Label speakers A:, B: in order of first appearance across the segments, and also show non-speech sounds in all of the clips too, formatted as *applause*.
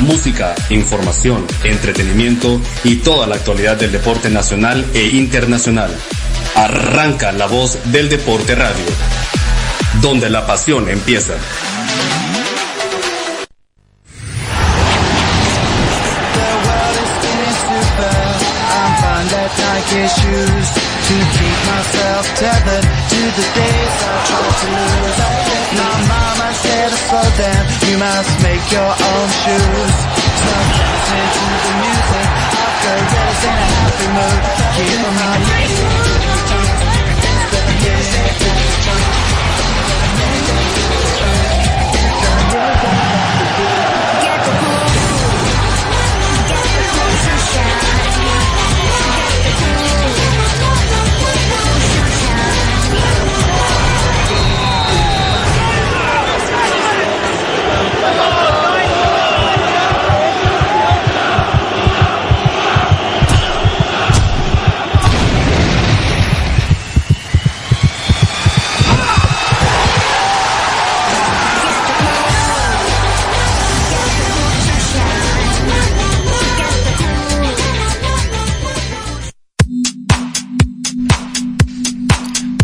A: música, información, entretenimiento y toda la actualidad del deporte nacional e internacional. Arranca la voz del deporte radio, donde la pasión empieza.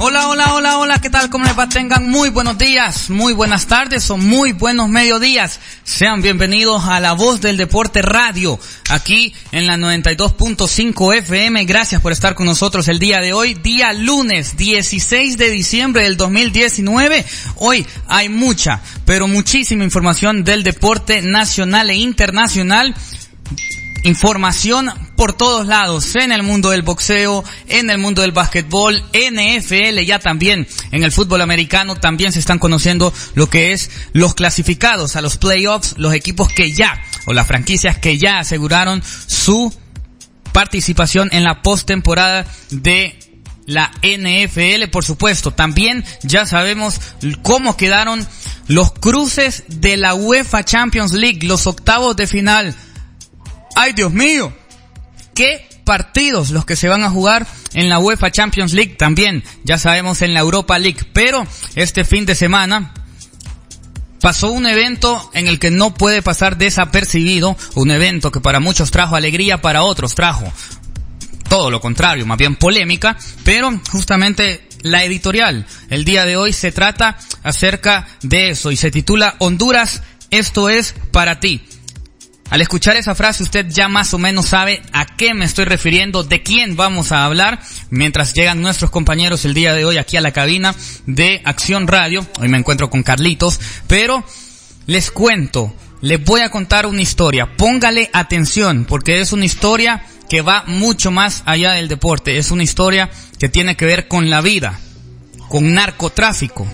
B: Hola, hola, hola, hola, ¿qué tal? ¿Cómo les va? Tengan muy buenos días, muy buenas tardes o muy buenos mediodías. Sean bienvenidos a La Voz del Deporte Radio, aquí en la 92.5 FM. Gracias por estar con nosotros el día de hoy, día lunes 16 de diciembre del 2019. Hoy hay mucha, pero muchísima información del deporte nacional e internacional. Información por todos lados, en el mundo del boxeo, en el mundo del básquetbol, NFL ya también, en el fútbol americano también se están conociendo lo que es los clasificados a los playoffs, los equipos que ya, o las franquicias que ya aseguraron su participación en la postemporada de la NFL, por supuesto. También ya sabemos cómo quedaron los cruces de la UEFA Champions League, los octavos de final. ¡Ay, Dios mío! ¿Qué partidos los que se van a jugar en la UEFA Champions League también? Ya sabemos en la Europa League, pero este fin de semana pasó un evento en el que no puede pasar desapercibido, un evento que para muchos trajo alegría, para otros trajo todo lo contrario, más bien polémica, pero justamente la editorial el día de hoy se trata acerca de eso y se titula Honduras, esto es para ti. Al escuchar esa frase usted ya más o menos sabe a qué me estoy refiriendo, de quién vamos a hablar, mientras llegan nuestros compañeros el día de hoy aquí a la cabina de Acción Radio. Hoy me encuentro con Carlitos, pero les cuento, les voy a contar una historia. Póngale atención, porque es una historia que va mucho más allá del deporte, es una historia que tiene que ver con la vida, con narcotráfico,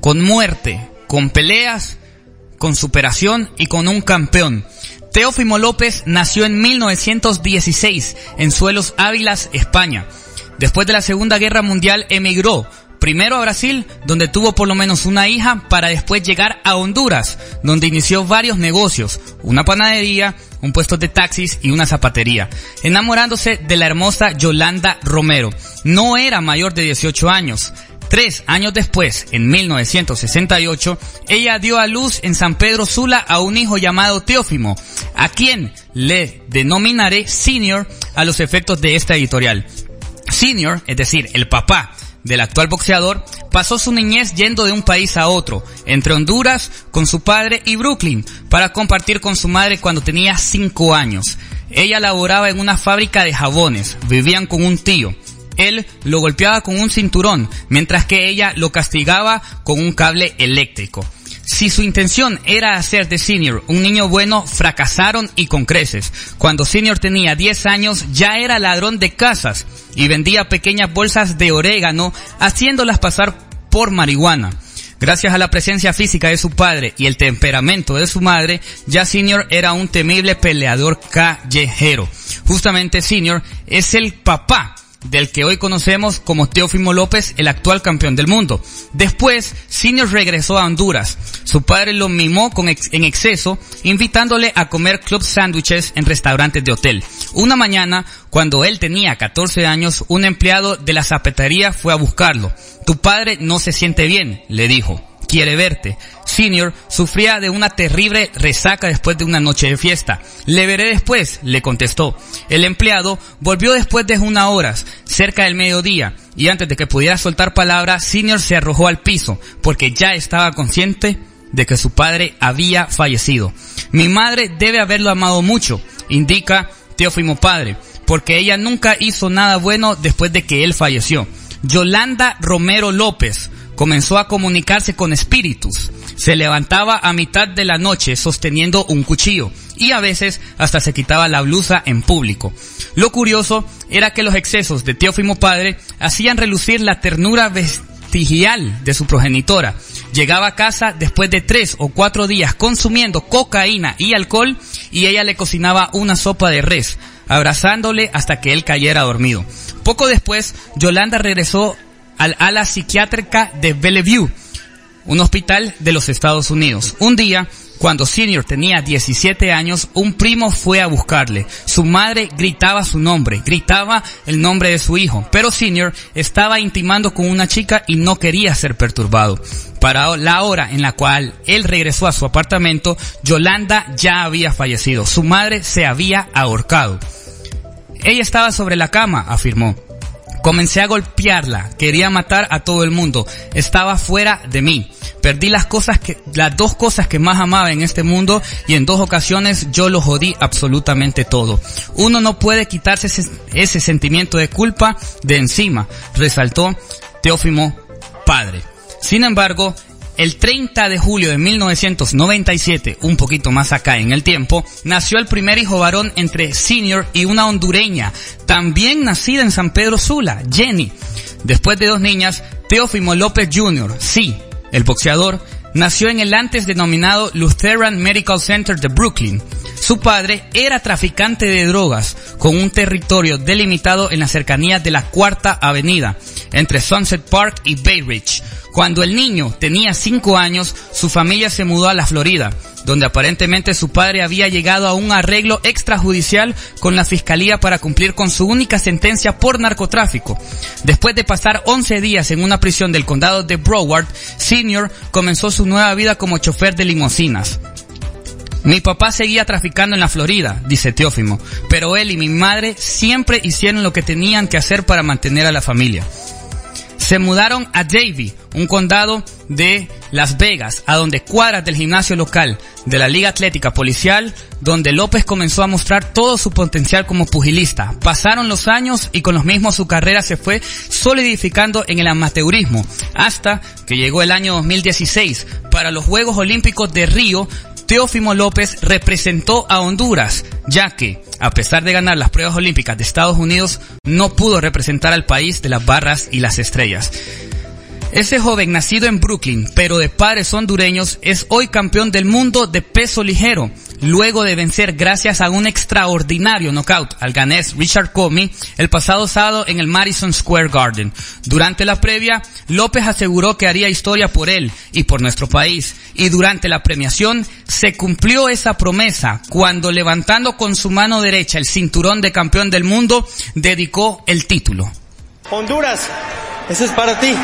B: con muerte, con peleas, con superación y con un campeón. Teófimo López nació en 1916 en suelos Ávilas, España. Después de la Segunda Guerra Mundial emigró primero a Brasil, donde tuvo por lo menos una hija, para después llegar a Honduras, donde inició varios negocios, una panadería, un puesto de taxis y una zapatería, enamorándose de la hermosa Yolanda Romero. No era mayor de 18 años. Tres años después, en 1968, ella dio a luz en San Pedro Sula a un hijo llamado Teófimo, a quien le denominaré senior a los efectos de esta editorial. Senior, es decir, el papá del actual boxeador, pasó su niñez yendo de un país a otro, entre Honduras con su padre y Brooklyn, para compartir con su madre cuando tenía 5 años. Ella laboraba en una fábrica de jabones, vivían con un tío. Él lo golpeaba con un cinturón, mientras que ella lo castigaba con un cable eléctrico. Si su intención era hacer de Senior un niño bueno, fracasaron y con creces. Cuando Senior tenía 10 años ya era ladrón de casas y vendía pequeñas bolsas de orégano haciéndolas pasar por marihuana. Gracias a la presencia física de su padre y el temperamento de su madre, ya Senior era un temible peleador callejero. Justamente Senior es el papá del que hoy conocemos como Teófimo López, el actual campeón del mundo. Después, Senior regresó a Honduras. Su padre lo mimó con ex- en exceso, invitándole a comer club sándwiches en restaurantes de hotel. Una mañana, cuando él tenía 14 años, un empleado de la zapatería fue a buscarlo. Tu padre no se siente bien, le dijo. Quiere verte. Sr. sufría de una terrible resaca después de una noche de fiesta. Le veré después, le contestó. El empleado volvió después de una hora, cerca del mediodía, y antes de que pudiera soltar palabra, Senior se arrojó al piso, porque ya estaba consciente de que su padre había fallecido. Mi madre debe haberlo amado mucho, indica Teófimo Padre, porque ella nunca hizo nada bueno después de que él falleció. Yolanda Romero López comenzó a comunicarse con espíritus. Se levantaba a mitad de la noche sosteniendo un cuchillo y a veces hasta se quitaba la blusa en público. Lo curioso era que los excesos de Teófimo Padre hacían relucir la ternura vestigial de su progenitora. Llegaba a casa después de tres o cuatro días consumiendo cocaína y alcohol y ella le cocinaba una sopa de res, abrazándole hasta que él cayera dormido. Poco después, Yolanda regresó al ala psiquiátrica de Bellevue, un hospital de los Estados Unidos. Un día, cuando Senior tenía 17 años, un primo fue a buscarle. Su madre gritaba su nombre, gritaba el nombre de su hijo, pero Senior estaba intimando con una chica y no quería ser perturbado. Para la hora en la cual él regresó a su apartamento, Yolanda ya había fallecido. Su madre se había ahorcado. Ella estaba sobre la cama, afirmó. Comencé a golpearla, quería matar a todo el mundo, estaba fuera de mí. Perdí las cosas que, las dos cosas que más amaba en este mundo y en dos ocasiones yo lo jodí absolutamente todo. Uno no puede quitarse ese, ese sentimiento de culpa de encima, resaltó Teófimo Padre. Sin embargo, el 30 de julio de 1997, un poquito más acá en el tiempo, nació el primer hijo varón entre Senior y una hondureña, también nacida en San Pedro Sula, Jenny. Después de dos niñas, Teófimo López Jr., sí, el boxeador, nació en el antes denominado Lutheran Medical Center de Brooklyn. Su padre era traficante de drogas, con un territorio delimitado en las cercanías de la Cuarta Avenida, entre Sunset Park y Bay Ridge. Cuando el niño tenía 5 años, su familia se mudó a la Florida, donde aparentemente su padre había llegado a un arreglo extrajudicial con la fiscalía para cumplir con su única sentencia por narcotráfico. Después de pasar 11 días en una prisión del condado de Broward, Senior comenzó su nueva vida como chofer de limusinas. Mi papá seguía traficando en la Florida, dice Teófimo, pero él y mi madre siempre hicieron lo que tenían que hacer para mantener a la familia se mudaron a Davie, un condado de Las Vegas, a donde cuadras del gimnasio local de la Liga Atlética Policial, donde López comenzó a mostrar todo su potencial como pugilista. Pasaron los años y con los mismos su carrera se fue solidificando en el amateurismo, hasta que llegó el año 2016 para los Juegos Olímpicos de Río. Teófimo López representó a Honduras, ya que, a pesar de ganar las pruebas olímpicas de Estados Unidos, no pudo representar al país de las barras y las estrellas. Ese joven nacido en Brooklyn, pero de padres hondureños, es hoy campeón del mundo de peso ligero, luego de vencer gracias a un extraordinario knockout al ganés Richard Comey el pasado sábado en el Madison Square Garden. Durante la previa, López aseguró que haría historia por él y por nuestro país, y durante la premiación se cumplió esa promesa cuando levantando con su mano derecha el cinturón de campeón del mundo, dedicó el título.
C: Honduras, eso es para ti.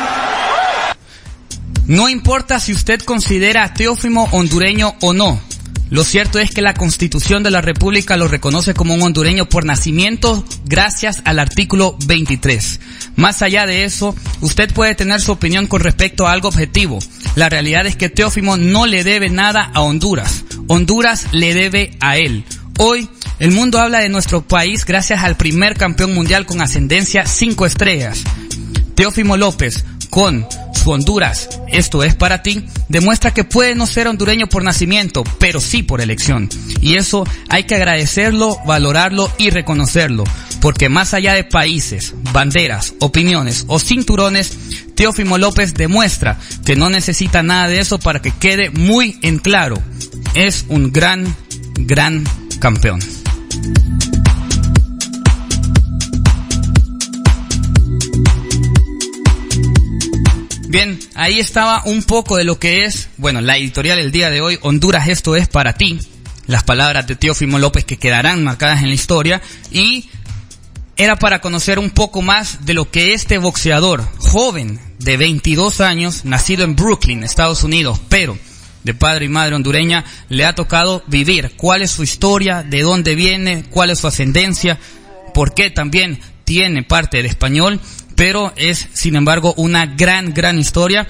B: No importa si usted considera a Teófimo hondureño o no, lo cierto es que la Constitución de la República lo reconoce como un hondureño por nacimiento gracias al artículo 23. Más allá de eso, usted puede tener su opinión con respecto a algo objetivo. La realidad es que Teófimo no le debe nada a Honduras. Honduras le debe a él. Hoy, el mundo habla de nuestro país gracias al primer campeón mundial con ascendencia 5 estrellas. Teófimo López, con su Honduras, esto es para ti, demuestra que puede no ser hondureño por nacimiento, pero sí por elección. Y eso hay que agradecerlo, valorarlo y reconocerlo, porque más allá de países, banderas, opiniones o cinturones, Teófimo López demuestra que no necesita nada de eso para que quede muy en claro. Es un gran, gran campeón. Bien, ahí estaba un poco de lo que es, bueno, la editorial del día de hoy, Honduras, esto es para ti, las palabras de Teófimo López que quedarán marcadas en la historia, y era para conocer un poco más de lo que este boxeador joven de 22 años, nacido en Brooklyn, Estados Unidos, pero de padre y madre hondureña le ha tocado vivir. ¿Cuál es su historia? ¿De dónde viene? ¿Cuál es su ascendencia? ¿Por qué también tiene parte de español? Pero es, sin embargo, una gran, gran historia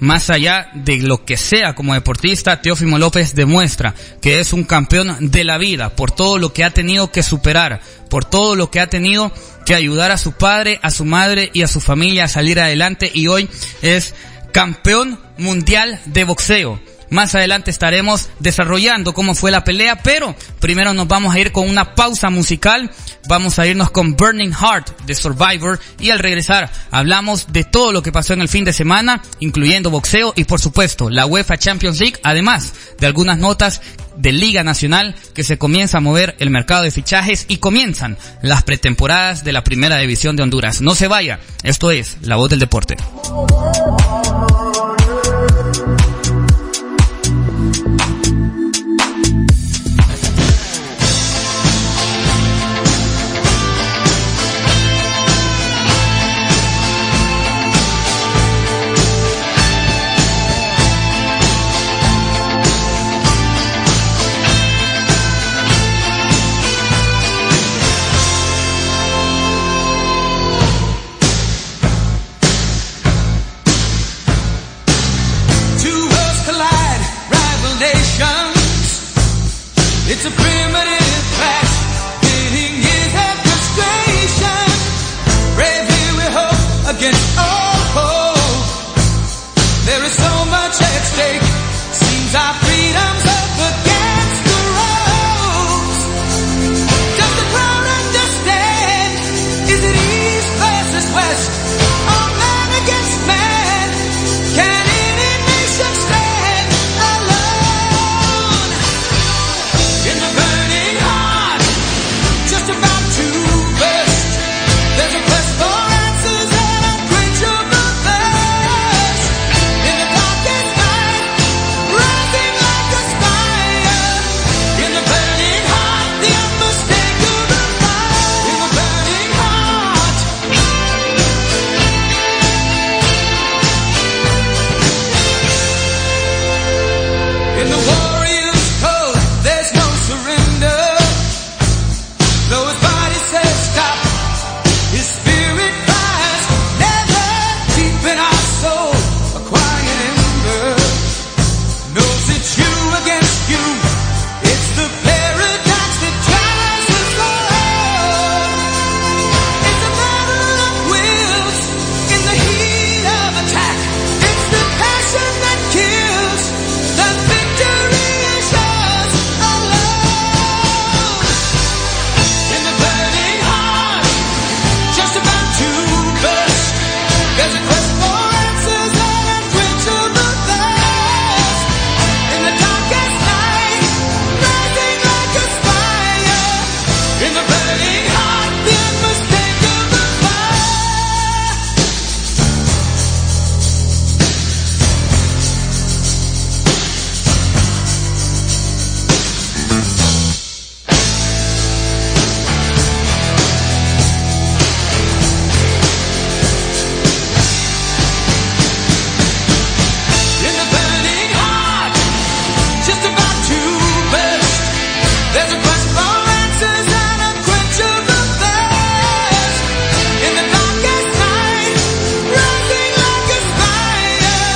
B: más allá de lo que sea como deportista, Teófimo López demuestra que es un campeón de la vida por todo lo que ha tenido que superar, por todo lo que ha tenido que ayudar a su padre, a su madre y a su familia a salir adelante y hoy es campeón mundial de boxeo. Más adelante estaremos desarrollando cómo fue la pelea, pero primero nos vamos a ir con una pausa musical. Vamos a irnos con Burning Heart de Survivor y al regresar hablamos de todo lo que pasó en el fin de semana, incluyendo boxeo y por supuesto la UEFA Champions League, además de algunas notas de Liga Nacional que se comienza a mover el mercado de fichajes y comienzan las pretemporadas de la Primera División de Honduras. No se vaya, esto es La Voz del Deporte.
D: Two worlds collide, rival nations. It's a primitive clash, pitting it at frustration. Bravely we hope against all hope. There is so much at stake. Seems our freedom's up against the ropes. Does the crowd understand? Is it East versus West? Or man against man? Can any nation stand alone? In the burning heart, just about to burst. There's a quest for answers and unquenchable thirst. In the darkest night, rising like a spire. In the burning heart, the unmistakable fire. In the burning heart. In the warrior's code, there's no surrender. Though his body says stop, his spirit fires never deep in our soul. A quiet ember knows it's you against you. It's the paradox that drives us all. It's a battle of wills in the heat of attack. It's the passion that kills. The victory is yours alone. In the burning heart, just about to burst. There's a quest for answers and unquenchable thirst. In the darkest night, rising like a fire. In the burning heart, the unmistakable fire. In the burning heart, just about to burst. There's a quest for answers and unquenchable thirst. In the darkest night, rising like a fire.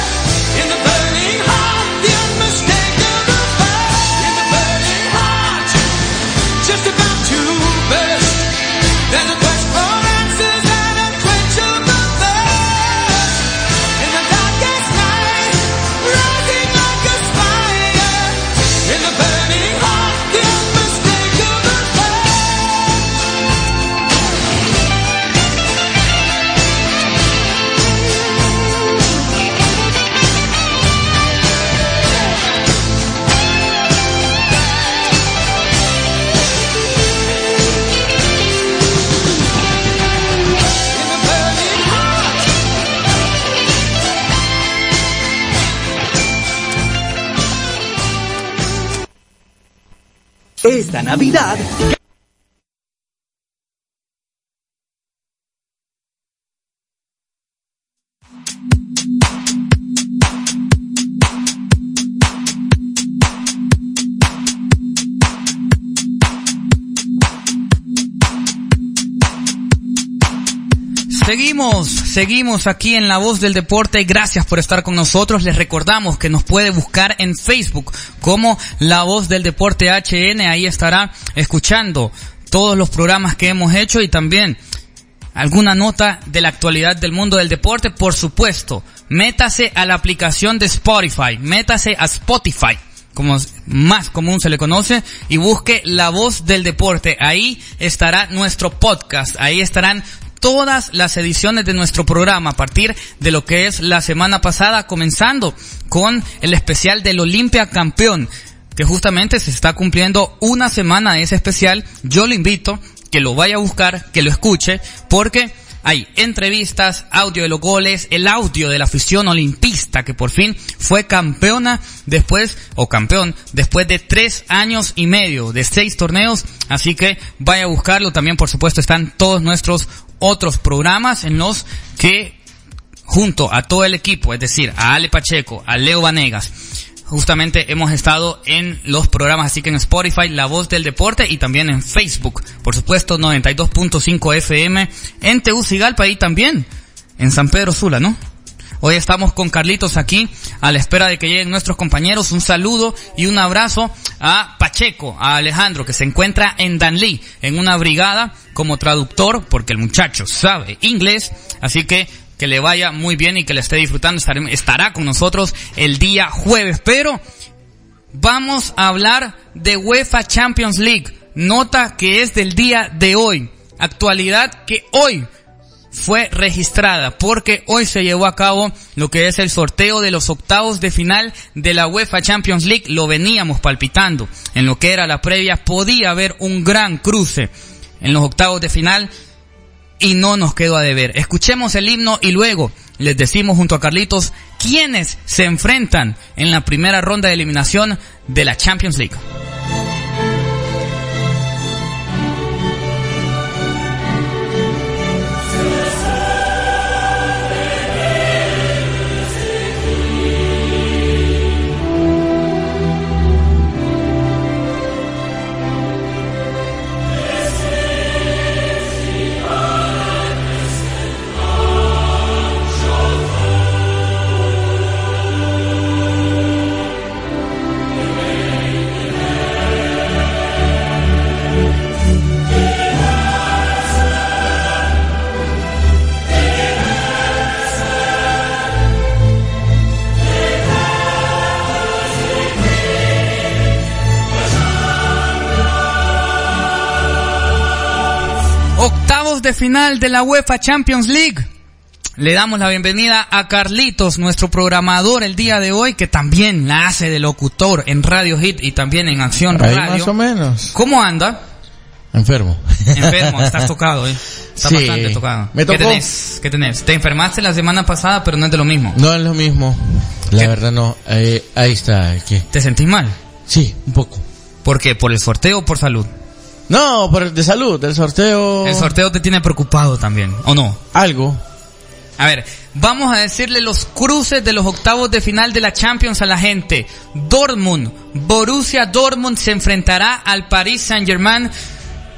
D: In the burning heart, the unmistakable fire. In the burning heart, just about to burst. There's a quest for answers and unquenchable thirst. In the darkest night, rising like a fire. In the burning heart, the unmistakable fire. In the burning heart.
E: Esta Navidad.
B: Seguimos, seguimos aquí en La Voz del Deporte. Gracias por estar con nosotros. Les recordamos que nos puede buscar en Facebook como La Voz del Deporte HN. Ahí estará escuchando todos los programas que hemos hecho y también alguna nota de la actualidad del mundo del deporte. Por supuesto, métase a la aplicación de Spotify. Métase a Spotify como es- más común se le conoce, y busque La Voz del Deporte. Ahí estará nuestro podcast, ahí estarán todas las ediciones de nuestro programa a partir de lo que es la semana pasada, comenzando con el especial del Olimpia Campeón, que justamente se está cumpliendo una semana de ese especial. Yo le invito que lo vaya a buscar, que lo escuche, porque hay entrevistas, audio de los goles, el audio de la afición olimpista que por fin fue campeona después, o campeón, después de tres años y medio, de seis torneos. Así que vaya a buscarlo. También, por supuesto, están todos nuestros otros programas en los que junto a todo el equipo, es decir, a Ale Pacheco, a Leo Vanegas. Justamente hemos estado en los programas, así que en Spotify, La Voz del Deporte y también en Facebook. Por supuesto, 92.5 FM en Tegucigalpa y también en San Pedro Sula, ¿no? Hoy estamos con Carlitos aquí, a la espera de que lleguen nuestros compañeros. Un saludo y un abrazo a Pacheco, a Alejandro, que se encuentra en Danlí, en una brigada como traductor, porque el muchacho sabe inglés. Así que que le vaya muy bien y que le esté disfrutando. Estaré- Estará con nosotros el día jueves. Pero vamos a hablar de UEFA Champions League. Nota que es del día de hoy. Actualidad que hoy fue registrada porque hoy se llevó a cabo lo que es el sorteo de los octavos de final de la UEFA Champions League. Lo veníamos palpitando en lo que era la previa. Podía haber un gran cruce en los octavos de final y no nos quedó a deber. Escuchemos el himno y luego les decimos junto a Carlitos quiénes se enfrentan en la primera ronda de eliminación de la Champions League. Octavos de final de la UEFA Champions League. Le damos la bienvenida a Carlitos, nuestro programador el día de hoy, que también la hace de locutor en Radio Hit y también en Acción
E: Ahí
B: Radio.
E: más o menos.
B: ¿Cómo anda?
E: Enfermo. *laughs*
B: Enfermo, estás tocado, ¿eh? Estás
E: Sí.
B: bastante tocado.
E: Me
B: ¿Qué
E: tocó.
B: tenés? ¿Qué tenés? Te enfermaste la semana pasada, pero no es de lo mismo.
E: No es lo mismo. La
B: ¿Qué?
E: verdad no. Eh, ahí está. que
B: ¿Te sentís mal?
E: Sí, un poco.
B: ¿Por qué? ¿Por el sorteo o por salud?
E: No, por el de salud, del sorteo.
B: El sorteo te tiene preocupado también, ¿o no?
E: Algo.
B: A ver, vamos a decirle los cruces de los octavos de final de la Champions a la gente. Dortmund, Borussia Dortmund se enfrentará al Paris Saint-Germain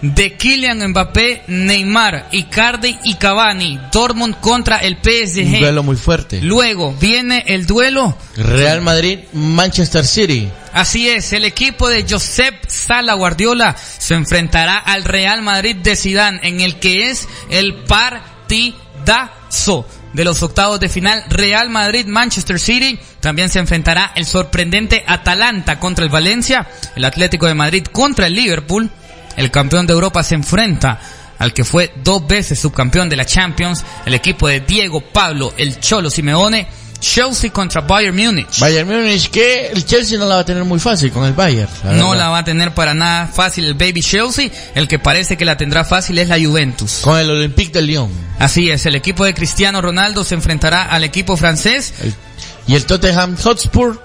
B: de Kylian Mbappé, Neymar, Icardi y Cavani. Dortmund contra el
E: Un duelo
B: PSG.
E: muy fuerte.
B: Luego viene el duelo.
E: Real Madrid, Manchester City.
B: Así es, el equipo de Josep Sala Guardiola se enfrentará al Real Madrid de Sidán en el que es el partidazo de los octavos de final. Real Madrid Manchester City también se enfrentará el sorprendente Atalanta contra el Valencia, el Atlético de Madrid contra el Liverpool. El campeón de Europa se enfrenta al que fue dos veces subcampeón de la Champions, el equipo de Diego Pablo, el Cholo Simeone, Chelsea contra Bayern Múnich.
E: Bayern Múnich, que el Chelsea no la va a tener muy fácil con el Bayern.
B: No
E: verdad.
B: la va a tener para nada fácil el Baby Chelsea. El que parece que la tendrá fácil es la Juventus.
E: Con el Olympique de Lyon.
B: Así es, el equipo de Cristiano Ronaldo se enfrentará al equipo francés
E: El- y el Tottenham Hotspur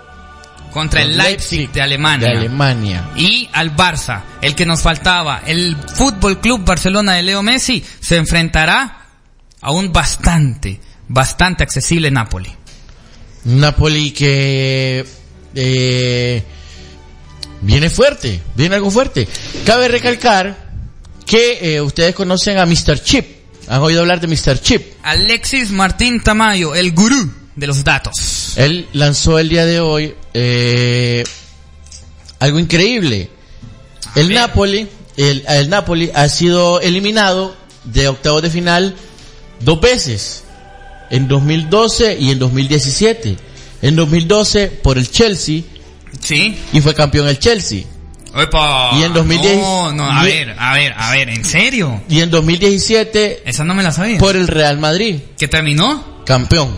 B: contra el
E: con
B: Leipzig de Alemania.
E: De Alemania.
B: Y al Barça, el que nos faltaba, el Fútbol Club Barcelona de Leo Messi, se enfrentará a un bastante, bastante accesible Napoli.
E: Napoli que eh, viene fuerte, viene algo fuerte. Cabe recalcar que eh, ustedes conocen a Mr. Chip, ¿Han oído hablar de Mr. Chip?
B: Alexis Martín Tamayo, el gurú de los datos.
E: Él lanzó el día de hoy eh, algo increíble. El
B: ver.
E: Napoli, el, el Napoli ha sido eliminado de octavos de final dos veces, en 2012 y en 2017. En 2012 por el Chelsea
B: Sí.
E: y fue campeón el Chelsea.
B: Opa.
E: Y en 2010.
B: No, no, a
E: Y-
B: ver, a ver, a ver, ¿en serio?
E: Y en 2017
B: Esa no me la sabía.
E: por el Real Madrid,
B: ¿Que terminó?
E: campeón.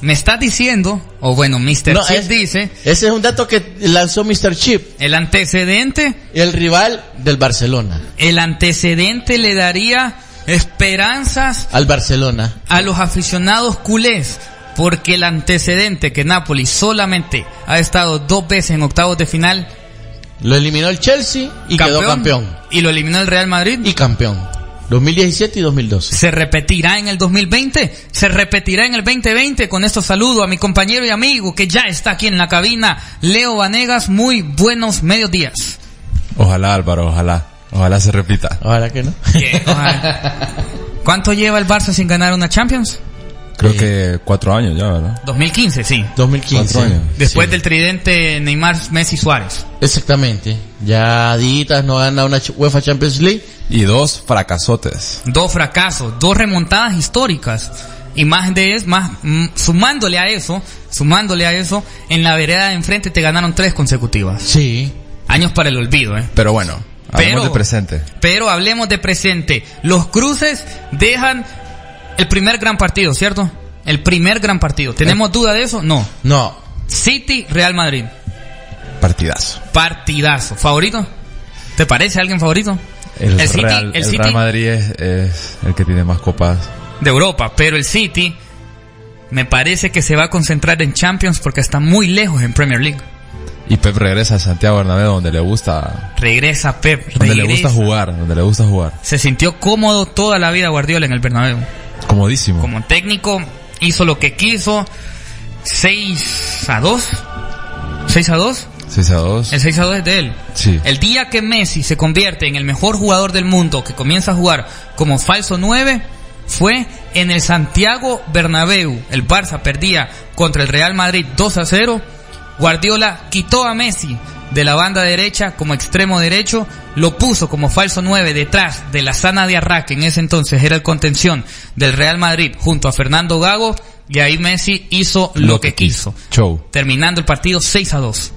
B: Me estás diciendo, o bueno, Mr.
E: No,
B: Chip
E: es-
B: dice,
E: Ese es un dato que lanzó Mr. Chip,
B: el antecedente
E: el rival del Barcelona.
B: el antecedente le daría esperanzas
E: Al Barcelona.
B: a los aficionados culés, porque el antecedente que Napoli solamente ha estado dos veces en octavos de final
E: Lo eliminó el Chelsea y quedó campeón.
B: y lo eliminó el Real Madrid.
E: Y campeón. 2017 y 2012.
B: ¿Se repetirá en el 2020? ¿Se repetirá en el 2020? Con esto saludo a mi compañero y amigo que ya está aquí en la cabina, Leo Vanegas. Muy buenos mediodías.
F: Ojalá, Álvaro, ojalá. Ah, Ojalá se repita.
E: Ahora que no. *laughs*
B: Ojalá. ¿Cuánto lleva el Barça sin ganar una Champions?
F: Creo que cuatro años ya, ¿verdad?
B: 2015, sí.
E: 2015.
F: Cuatro años.
B: Después
E: Sí.
B: del tridente Neymar, Messi, Suárez.
E: Exactamente. Ya Ditas no gana una ch- UEFA Champions League.
F: Y dos fracasotes.
B: Dos fracasos, dos remontadas históricas. Y más de es más mm, sumándole a eso, sumándole a eso, en la vereda de enfrente te ganaron tres consecutivas.
E: Sí.
B: Años para el olvido, ¿eh?
F: Pero bueno, hablemos
B: Pero-
F: de presente.
B: Pero hablemos de presente. Los cruces dejan el primer gran partido, ¿cierto? El primer gran partido. ¿Tenemos duda de eso? No.
E: No.
B: City, Real Madrid.
F: Partidazo.
B: Partidazo. ¿Favorito? ¿Te parece alguien favorito?
F: El,
B: City,
F: Real,
B: el
F: el
B: City
F: Real Madrid es, es el que tiene más copas.
B: de Europa, pero el City me parece que se va a concentrar en Champions porque está muy lejos en Premier League.
F: Y Pep regresa a Santiago Bernabéu donde le gusta,
B: Regresa Pep,
F: donde le
B: regresa.
F: gusta jugar, donde le gusta jugar.
B: Se sintió cómodo toda la vida Guardiola en el Bernabéu.
F: Comodísimo.
B: Como técnico hizo lo que quiso. 6 a 2. 6 a 2.
F: 6 a 2.
B: El 6 a 2 es de él.
F: Sí.
B: El día que Messi se convierte en el mejor jugador del mundo, que comienza a jugar como falso 9, fue en el Santiago Bernabéu. El Barça perdía contra el Real Madrid 2 a 0. Guardiola quitó a Messi de la banda derecha como extremo derecho, lo puso como falso 9 detrás de la sana de Arraque, en ese entonces era el contención del Real Madrid junto a Fernando Gago, y ahí Messi hizo lo, que quiso
F: Show.
B: terminando el partido 6 a 2.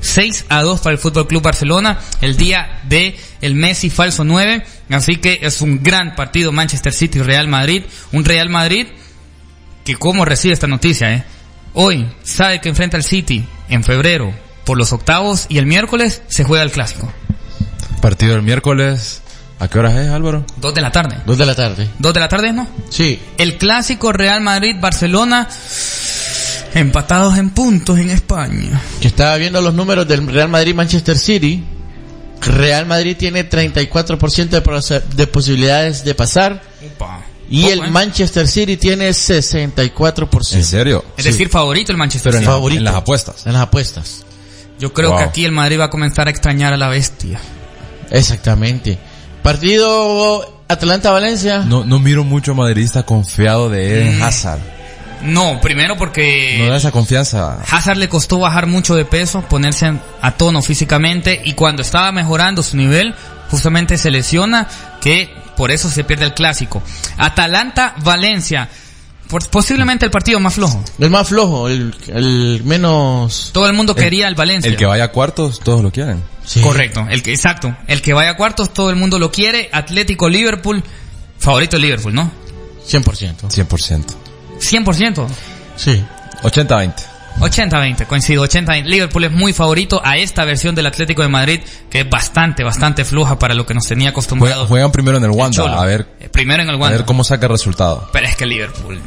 B: 6 a 2 para el Fútbol Club Barcelona el día de el Messi falso 9, así que es un gran partido Manchester City y Real Madrid, un Real Madrid que cómo recibe esta noticia, eh. Hoy sabe que enfrenta al City en febrero por los octavos y el miércoles se juega el clásico,
F: Partido el miércoles. ¿A qué horas es, Álvaro?
B: 2 de la tarde.
E: Dos de la tarde.
B: 2 de la tarde, ¿no?
E: Sí.
B: El clásico Real Madrid-Barcelona empatados en puntos en España.
E: Que estaba viendo los números del Real Madrid-Manchester City. Real Madrid tiene 34% de, proce- de posibilidades de pasar. Y
B: Ojo,
E: el
B: eh.
E: Manchester City tiene
F: ¿En
E: 64%
F: serio?
B: Es decir, favorito el Manchester
F: Pero en,
B: City.
F: la-
E: Favorito.
F: en las apuestas.
E: en las apuestas.
B: Yo creo
F: Wow.
B: que aquí el Madrid va a comenzar a extrañar a la bestia.
E: Exactamente. Partido Atlanta-Valencia.
F: No, no miro mucho madridista confiado de Eden
B: Mm.
F: Hazard.
B: No, primero
F: No da
B: porque
F: esa confianza.
B: Hazard le costó bajar mucho de peso, ponerse a tono físicamente y cuando estaba mejorando su nivel, justamente se lesiona, que por eso se pierde el clásico. Atalanta-Valencia, por- posiblemente el partido más flojo.
E: El más flojo, el, el menos...
B: Todo el mundo quería al Valencia.
F: El que vaya a cuartos, todos lo quieren.
E: Sí.
B: Correcto, el que, exacto. El que vaya a cuartos, todo el mundo lo quiere. Atlético-Liverpool, favorito Liverpool, ¿no?
E: 100%.
F: 100%.
B: 100%.
E: Sí.
F: 80-20.
B: 80-20, coincido, 80-20. Liverpool es muy favorito a esta versión del Atlético de Madrid, que es bastante, bastante floja para lo que nos tenía
F: Juega-
B: acostumbrados.
F: Juegan primero en el Wanda,
B: Cholo.
F: a ver,
B: Eh, Primero en el
F: a
B: Wanda.
F: ver cómo saca el resultado.
B: Pero es que Liverpool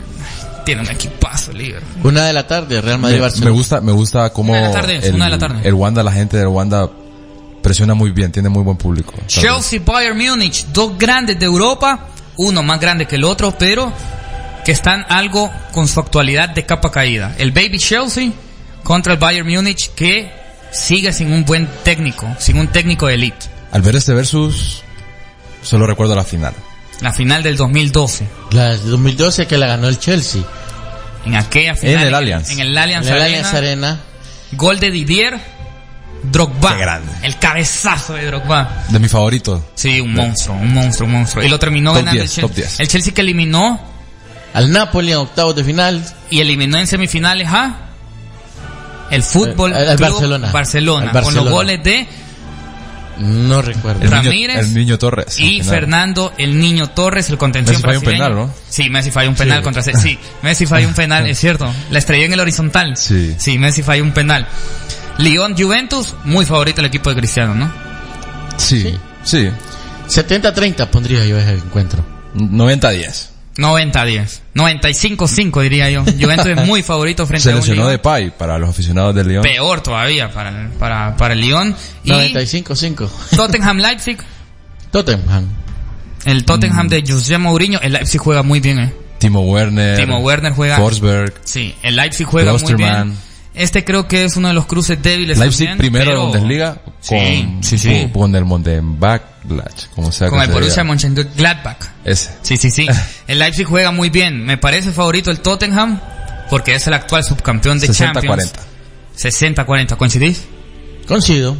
B: tiene un equipazo, Liverpool.
E: Una de la tarde, Real
F: Me, Eh, me
E: Madrid-Barcelona.
F: gusta, me gusta cómo
B: Una de la tarde,
F: el,
B: una de la tarde.
F: el Wanda, la gente del Wanda presiona muy bien, tiene muy buen público. Tal vez.
B: Chelsea, Bayern Múnich, dos grandes de Europa, uno más grande que el otro, pero que están algo con su actualidad de capa caída. El Baby Chelsea contra el Bayern Múnich, que sigue sin un buen técnico, sin un técnico de elite.
F: Al ver este versus, solo recuerdo la final.
B: la final del 2012.
E: La del 2012 que la ganó el Chelsea.
B: En aquella final.
F: el Allianz.
B: En el Allianz,
E: la
B: Arena,
E: Allianz Arena.
B: Gol de Didier. Drogba.
F: Qué grande.
B: El cabezazo de Drogba.
F: De mis favoritos.
B: Sí, un monstruo, un monstruo, un monstruo. Y lo terminó
F: Top
B: ganando
F: 10,
B: el
F: top
B: Chelsea.
F: 10.
B: El Chelsea que eliminó
E: Al Napoli en octavos de final.
B: y eliminó en semifinales a el fútbol
E: Al- al
B: Club
E: Barcelona.
B: Barcelona,
E: Al
B: con los
E: Barcelona.
B: goles de
E: No recuerdo.
F: El niño-
B: Ramírez
F: el niño Torres. al
B: y
F: final.
B: Fernando el Niño Torres el contención
F: Messi falló un
B: brasileño.
F: penal, ¿no?
B: sí Messi falló un penal contra Se-
F: *laughs*
B: sí Messi falló un penal es cierto la estrelló en el horizontal
F: Sí.
B: sí Messi falló un penal Lyon Juventus muy favorito el equipo de Cristiano no
F: Sí, sí.
E: 70-30 pondría yo ese encuentro.
F: 90-10.
B: 90-10 95-5 diría yo Juventus es muy favorito frente
F: Se
B: a un
F: lesionó
B: Lyon.
F: de Pai para los aficionados del León.
B: peor todavía para el, para, para el Lyon y
E: 95-5.
B: Tottenham Leipzig
E: Tottenham.
B: El
F: Mm.
B: Tottenham de José Mourinho, el Leipzig juega muy bien, eh.
F: Timo Werner.
B: Timo Werner juega-
F: Forsberg.
B: Sí, el Leipzig juega muy
F: Klosterman.
B: bien. Este creo que es uno de los cruces débiles.
F: Leipzig
B: también,
F: primero
B: pero-
F: en Bundesliga con,
B: Sí, sí, sí.
F: con con el Mondenbacklach, como sea
B: Con
F: que
B: el
F: se
B: Borussia
F: diga.
B: Mönchengladbach.
F: Ese.
B: Sí, sí,
F: *laughs*
B: sí. El Leipzig juega muy bien. Me parece favorito el Tottenham porque es el actual subcampeón de Champions.
F: 60-40.
B: 60-40. ¿Coincidís?
E: Coincido.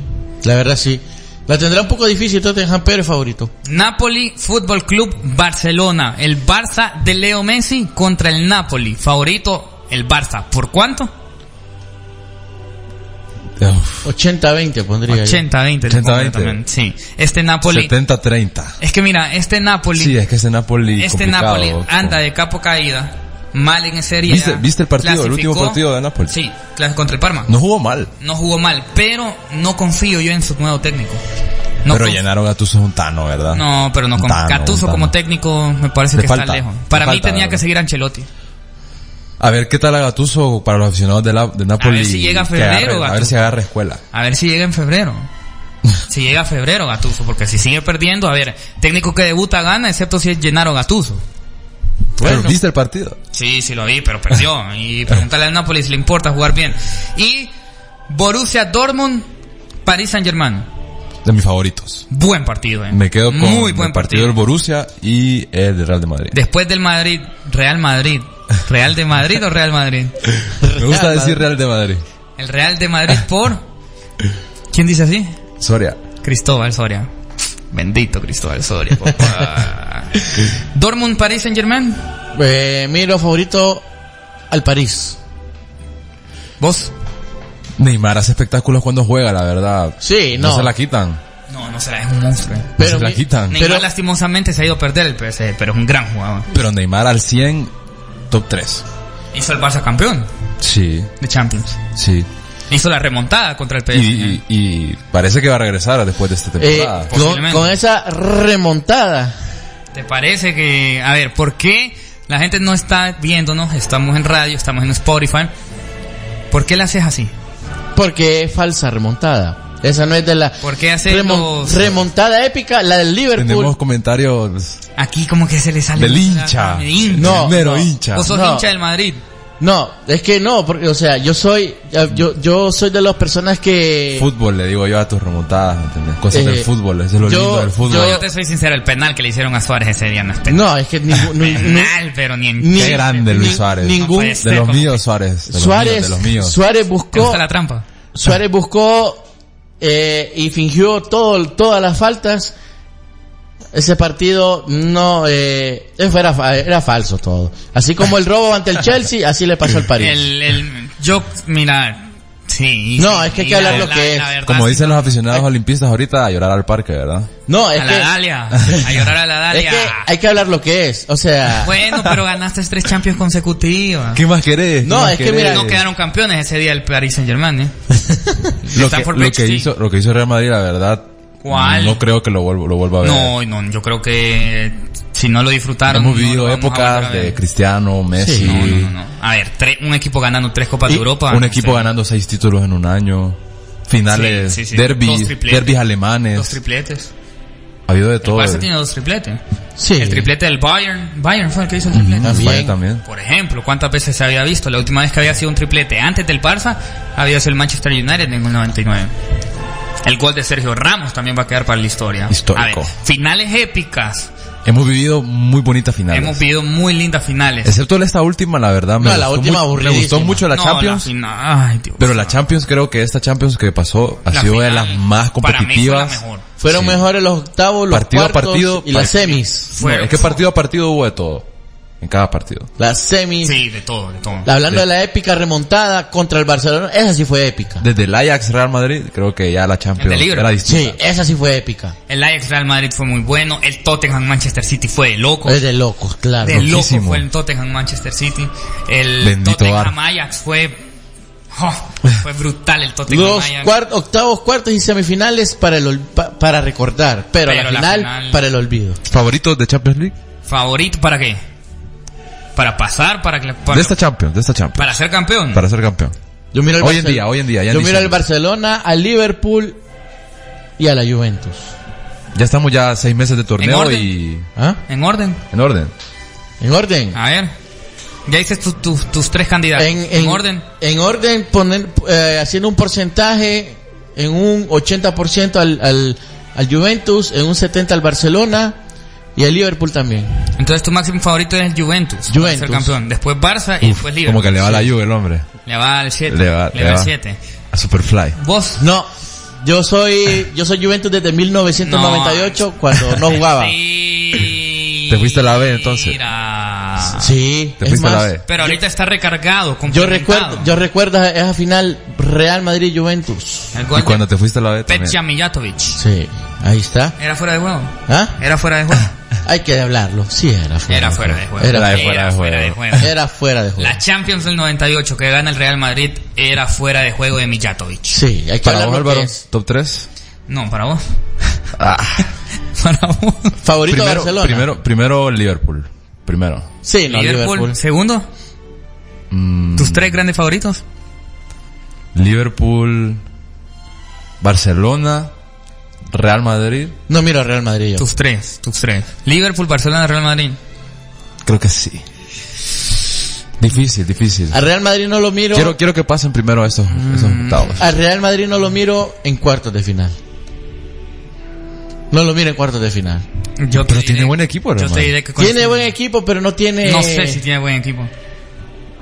E: La verdad sí. La tendrá un poco difícil Tottenham, pero es favorito.
B: Napoli Fútbol Club Barcelona. El Barça de Leo Messi contra el Napoli. Favorito el Barça. ¿Por cuánto?
F: Uf,
E: 80-20 pondría yo.
B: 80-20.
F: 80-20.
B: también, Sí. Este Napoli.
F: 70-30.
B: Es que mira, este Napoli,
F: Sí, es que este Napoli
B: este
F: complicado,
B: Napoli
F: con-
B: anda de capo caída, mal en seriedad.
F: ¿Viste- viste el partido, el
B: clasificó-
F: último partido de Napoli?
B: Sí, clas- contra el Parma. No.
F: No jugó mal.
B: jugó mal, pero no confío yo en su nuevo técnico. No
F: pero
B: conf-
F: llenaron a Tuzo un Tano, ¿verdad?
B: No, pero no confío.
F: Tano,
B: Gattuso
F: Tano.
B: como técnico me parece
F: Le
B: que
F: falta,
B: está lejos.
F: le
B: Para mí
F: falta,
B: tenía
F: la
B: que
F: verdad.
B: seguir a Ancelotti.
F: A ver qué tal a Gatuso para los aficionados de, la, de
B: A
F: Napoli.
B: ver si llega
F: que
B: febrero,
F: agarre- a ver
B: Gattuso.
F: si agarra escuela.
B: A ver si llega en
F: *laughs*
B: febrero. Si llega a febrero Gattuso, porque si sigue perdiendo, a ver, técnico que debuta gana, excepto si es Gennaro Gattuso.
F: Pero ¿Viste el partido?
B: Sí, sí lo vi, pero perdió.
F: *laughs*
B: Y preguntarle al Nápoles si le importa jugar bien. Y Borussia Dortmund, París Saint Germain.
F: De mis favoritos.
B: Buen partido, eh.
F: Me quedo con
B: Muy
F: el
B: buen
F: partido
B: partido.
F: del Borussia y el del Real de Madrid.
B: Después del Madrid, Real Madrid.
F: *laughs*
B: ¿Real de Madrid o Real Madrid?
F: Me gusta decir Real de Madrid.
B: El Real de Madrid por... ¿Quién dice así?
F: Soria.
B: Cristóbal Soria. Bendito Cristóbal Soria, papá. *laughs* Dortmund, París Saint Germain.
E: Eh, miro favorito al París.
B: ¿Vos?
F: Neymar hace espectáculos cuando juega, la verdad.
E: Sí,
F: No
E: no.
F: se la quitan.
B: No, no será, es un monstruo. eh.
E: Pero
F: no se la
E: mi-
F: quitan.
B: Neymar
E: Pero-
B: lastimosamente se ha ido a perder el PSG, pero es un gran jugador.
F: Pero Neymar al 100, top 3.
B: Hizo el Barça campeón
F: Sí,
B: de Champions.
F: sí.
B: Hizo la remontada contra el PSG.
F: Y, y- y parece que va a regresar después de esta
E: Eh,
F: temporada.
E: con,
B: Posiblemente.
E: con esa remontada.
B: ¿Te parece que, a ver, por qué la gente no está viéndonos? Estamos en radio, estamos en Spotify. ¿Por qué la haces así?
E: Porque es falsa remontada. Esa no es de la...
B: ¿Por qué hacer
E: remon-
B: los-
E: Remontada épica, la del Liverpool.
F: Tenemos comentarios
B: Aquí como que se le sale...
F: del
B: la-
F: hincha.
B: de hincha.
E: No,
F: No, mero
E: no.
F: hincha.
B: Vos sos
E: No.
B: hincha del Madrid.
E: No, es que no, porque, o sea, yo soy, yo, yo soy de las personas que...
F: Fútbol, le digo yo a tus remontadas, ¿me ¿entendés? Cosas
E: Eh,
F: del fútbol, eso es lo
E: yo-
F: lindo del fútbol.
B: Yo, yo te soy sincero, el penal que le hicieron a Suárez ese día no es penal.
E: No, es que ningún... *laughs* ni- ni-
B: Penal, pero ni en...
E: ni-
F: Qué grande Luis
E: ni-
F: Suárez.
E: ningún-
B: No puede
F: de
B: ser,
F: los
B: como-
F: míos, Suárez. De los míos,
E: Suárez,
F: de los míos.
E: Suárez
B: ¿Te
E: buscó,
B: gusta la trampa?
E: Suárez buscó eh, y fingió todo, todas las faltas. Ese partido no, eh, eso era, fa- era falso todo. Así como el robo ante el Chelsea, así
B: *laughs*
E: le pasó al París.
B: El, el, yo, mira... Sí.
E: No,
B: sí,
E: es que hay
B: y
E: que hablar
B: la-
E: lo
B: la-
E: que
B: la
E: es.
B: verdad,
F: Como
B: sí,
F: dicen los aficionados olimpistas ahorita, a llorar al parque, ¿verdad?
E: no, es
B: A la
E: que,
B: Dalia. A llorar a la
E: es
B: Dalia.
E: que hay que hablar lo que es. O sea,
B: Bueno, pero ganaste tres Champions consecutivas.
F: ¿Qué más querés? ¿Qué
E: No,
F: más
E: es que
F: querés?
E: mira,
B: No quedaron campeones ese día el Paris Saint Germain, ¿eh?
F: *laughs* lo
B: Está
F: que,
B: por
F: lo
B: Betis,
F: que
B: sí.
F: hizo, lo que hizo Real Madrid, la verdad,
B: ¿Cuál?
F: no creo que lo vuelva, lo vuelva a ver.
B: No, no, yo creo que si no lo disfrutaron.
F: Hemos
B: no lo
F: vivido
B: vamos a volver a
F: épocas
B: ver.
F: de Cristiano, Messi,
E: Sí.
B: No, no, no, no. A ver, tres- un equipo ganando tres Copas de Europa.
F: un equipo
B: Sí.
F: ganando seis títulos en un año, finales,
B: Sí, sí, sí. Dos
F: derbis,
B: tripletes.
F: derbis alemanes,
B: Dos tripletes.
F: ha habido de
B: El
F: todo.
B: Barça
F: eh.
B: tiene dos tripletes.
E: sí.
B: El triplete del Bayern. Bayern fue el que hizo el triplete.
F: España
E: Bien.
F: también.
B: Por ejemplo, ¿cuántas veces se había visto? La última vez que había sido un triplete antes del Barça había sido el Manchester United en el 99. El gol de Sergio Ramos también va a quedar para la historia. A
F: Histórico.
B: ver, finales épicas.
F: Hemos vivido muy bonitas finales.
B: Hemos vivido muy lindas finales.
F: Excepto esta última, la verdad. Me
E: No, la
F: gustó
E: última
F: mu- Me
E: aburridísima.
F: gustó mucho la
B: No,
F: Champions.
B: fina- ay, Dios.
F: pero la Champions, creo que esta Champions que pasó ha
B: La
F: sido de
B: final,
F: las
B: para
F: más
B: mí fue la
F: competitivas.
B: mejor.
E: Fueron
F: Sí.
E: mejores los octavos, los
F: Partido a
E: cuartos
F: partido, pues,
E: y las
F: partido.
E: semis.
F: No,
B: Fue-
F: es que partido a partido hubo de todo. En cada partido.
E: Las semis.
B: Sí, de todo, de todo.
E: Hablando
F: De-
E: de la épica remontada contra el Barcelona, esa sí fue épica.
F: Desde el Ajax Real Madrid, creo que ya la Champions
B: libro.
F: era
E: Sí,
F: distinta.
E: esa sí fue épica.
B: El Ajax Real Madrid fue muy bueno. El Tottenham Manchester City fue de loco.
E: Es de locos, claro.
B: De loco
F: loquísimo.
B: fue el Tottenham Manchester City. El
F: Bendito
B: Tottenham
F: VAR.
B: Ajax fue. oh, fue brutal el Tottenham
E: Los
B: Ajax.
E: cuart- octavos, cuartos y semifinales para el ol- pa- para recordar, pero,
B: Pero
E: la,
B: la
E: final,
B: final-
E: para el olvido.
F: ¿Favoritos de Champions League?
B: ¿Favorito para qué? Para pasar, para que- para,
F: de esta Champions, de esta Champions.
B: para ser campeón.
F: Para ser campeón.
E: Yo miro al
F: Hoy en
E: Barcel-
F: día, hoy en día, ya
E: Yo
F: en
E: miro al
F: diciembre.
E: Barcelona, al Liverpool y a la Juventus.
F: Ya estamos ya a seis meses de torneo
B: orden?
F: y...
E: ¿Ah?
B: En orden.
F: En orden.
E: En orden.
B: A ver. Ya dices tu- tu- tus tres candidatos.
E: en, en-
B: orden.
E: En orden, poner, eh, haciendo un porcentaje en un 80% al, al, al Juventus, en un 70% al Barcelona y al Liverpool también.
B: Entonces tu máximo favorito es Juventus. para
E: Juventus.
B: ser campeón. Después Barça y
F: Uf,
B: después Liverpool.
F: como que le va a la Juve el hombre.
B: Le va al 7.
F: Le va, le
B: al
F: va.
B: 7.
F: A Superfly.
B: Vos.
E: No, yo soy yo soy Juventus desde 1998
B: No.
E: cuando
B: *laughs*
E: no jugaba. Sí,
B: Sí.
F: Te fuiste a la B, entonces.
B: Mira.
F: Te
E: es
F: fuiste a la
E: más,
F: B.
B: Pero ahorita está recargado.
E: yo
B: complementado.
E: recuerdo yo recuerdo esa final Real Madrid Juventus.
B: El gol
F: Y
B: de
F: cuando te fuiste a la B
B: Petja
F: también.
B: Mijatovic.
E: Sí, ahí está.
B: Era fuera de juego.
E: ¿Ah?
B: Era fuera de juego.
E: Hay que hablarlo. Sí, era fuera.
B: Era fuera de juego.
E: Era,
B: Era fuera de juego.
E: era fuera de juego.
B: La Champions del 98 que gana el Real Madrid era fuera de juego de Mijatovic.
E: Sí, hay que
F: Para
E: hablar
F: vos,
E: lo que
F: Álvaro,
E: es.
F: top 3.
B: No, para vos. *laughs* para vos.
E: Favorito
F: Primero,
E: Barcelona.
F: primero, primero Liverpool. Primero.
E: Sí, no,
B: Liverpool,
E: Liverpool.
B: Segundo.
F: Mm,
B: ¿Tus tres grandes favoritos?
F: Liverpool, Barcelona, Real Madrid.
E: No miro a Real Madrid yo.
B: Tus tres, tus tres. Liverpool, Barcelona, Real Madrid.
F: Creo que sí. Difícil, difícil.
B: Ah,
E: A Real Madrid no lo miro.
F: Quiero, quiero que pasen primero esos, esos
B: Mm.
F: octavos.
B: Ah,
E: A Real Madrid no lo miro en cuartos de final. No lo miro en cuartos de final.
B: Yo te
F: Pero tiene buen equipo,
B: Yo
F: hermano.
B: te diré que con
E: Tiene
B: ese-
E: buen equipo, pero no tiene.
B: No sé si tiene buen equipo.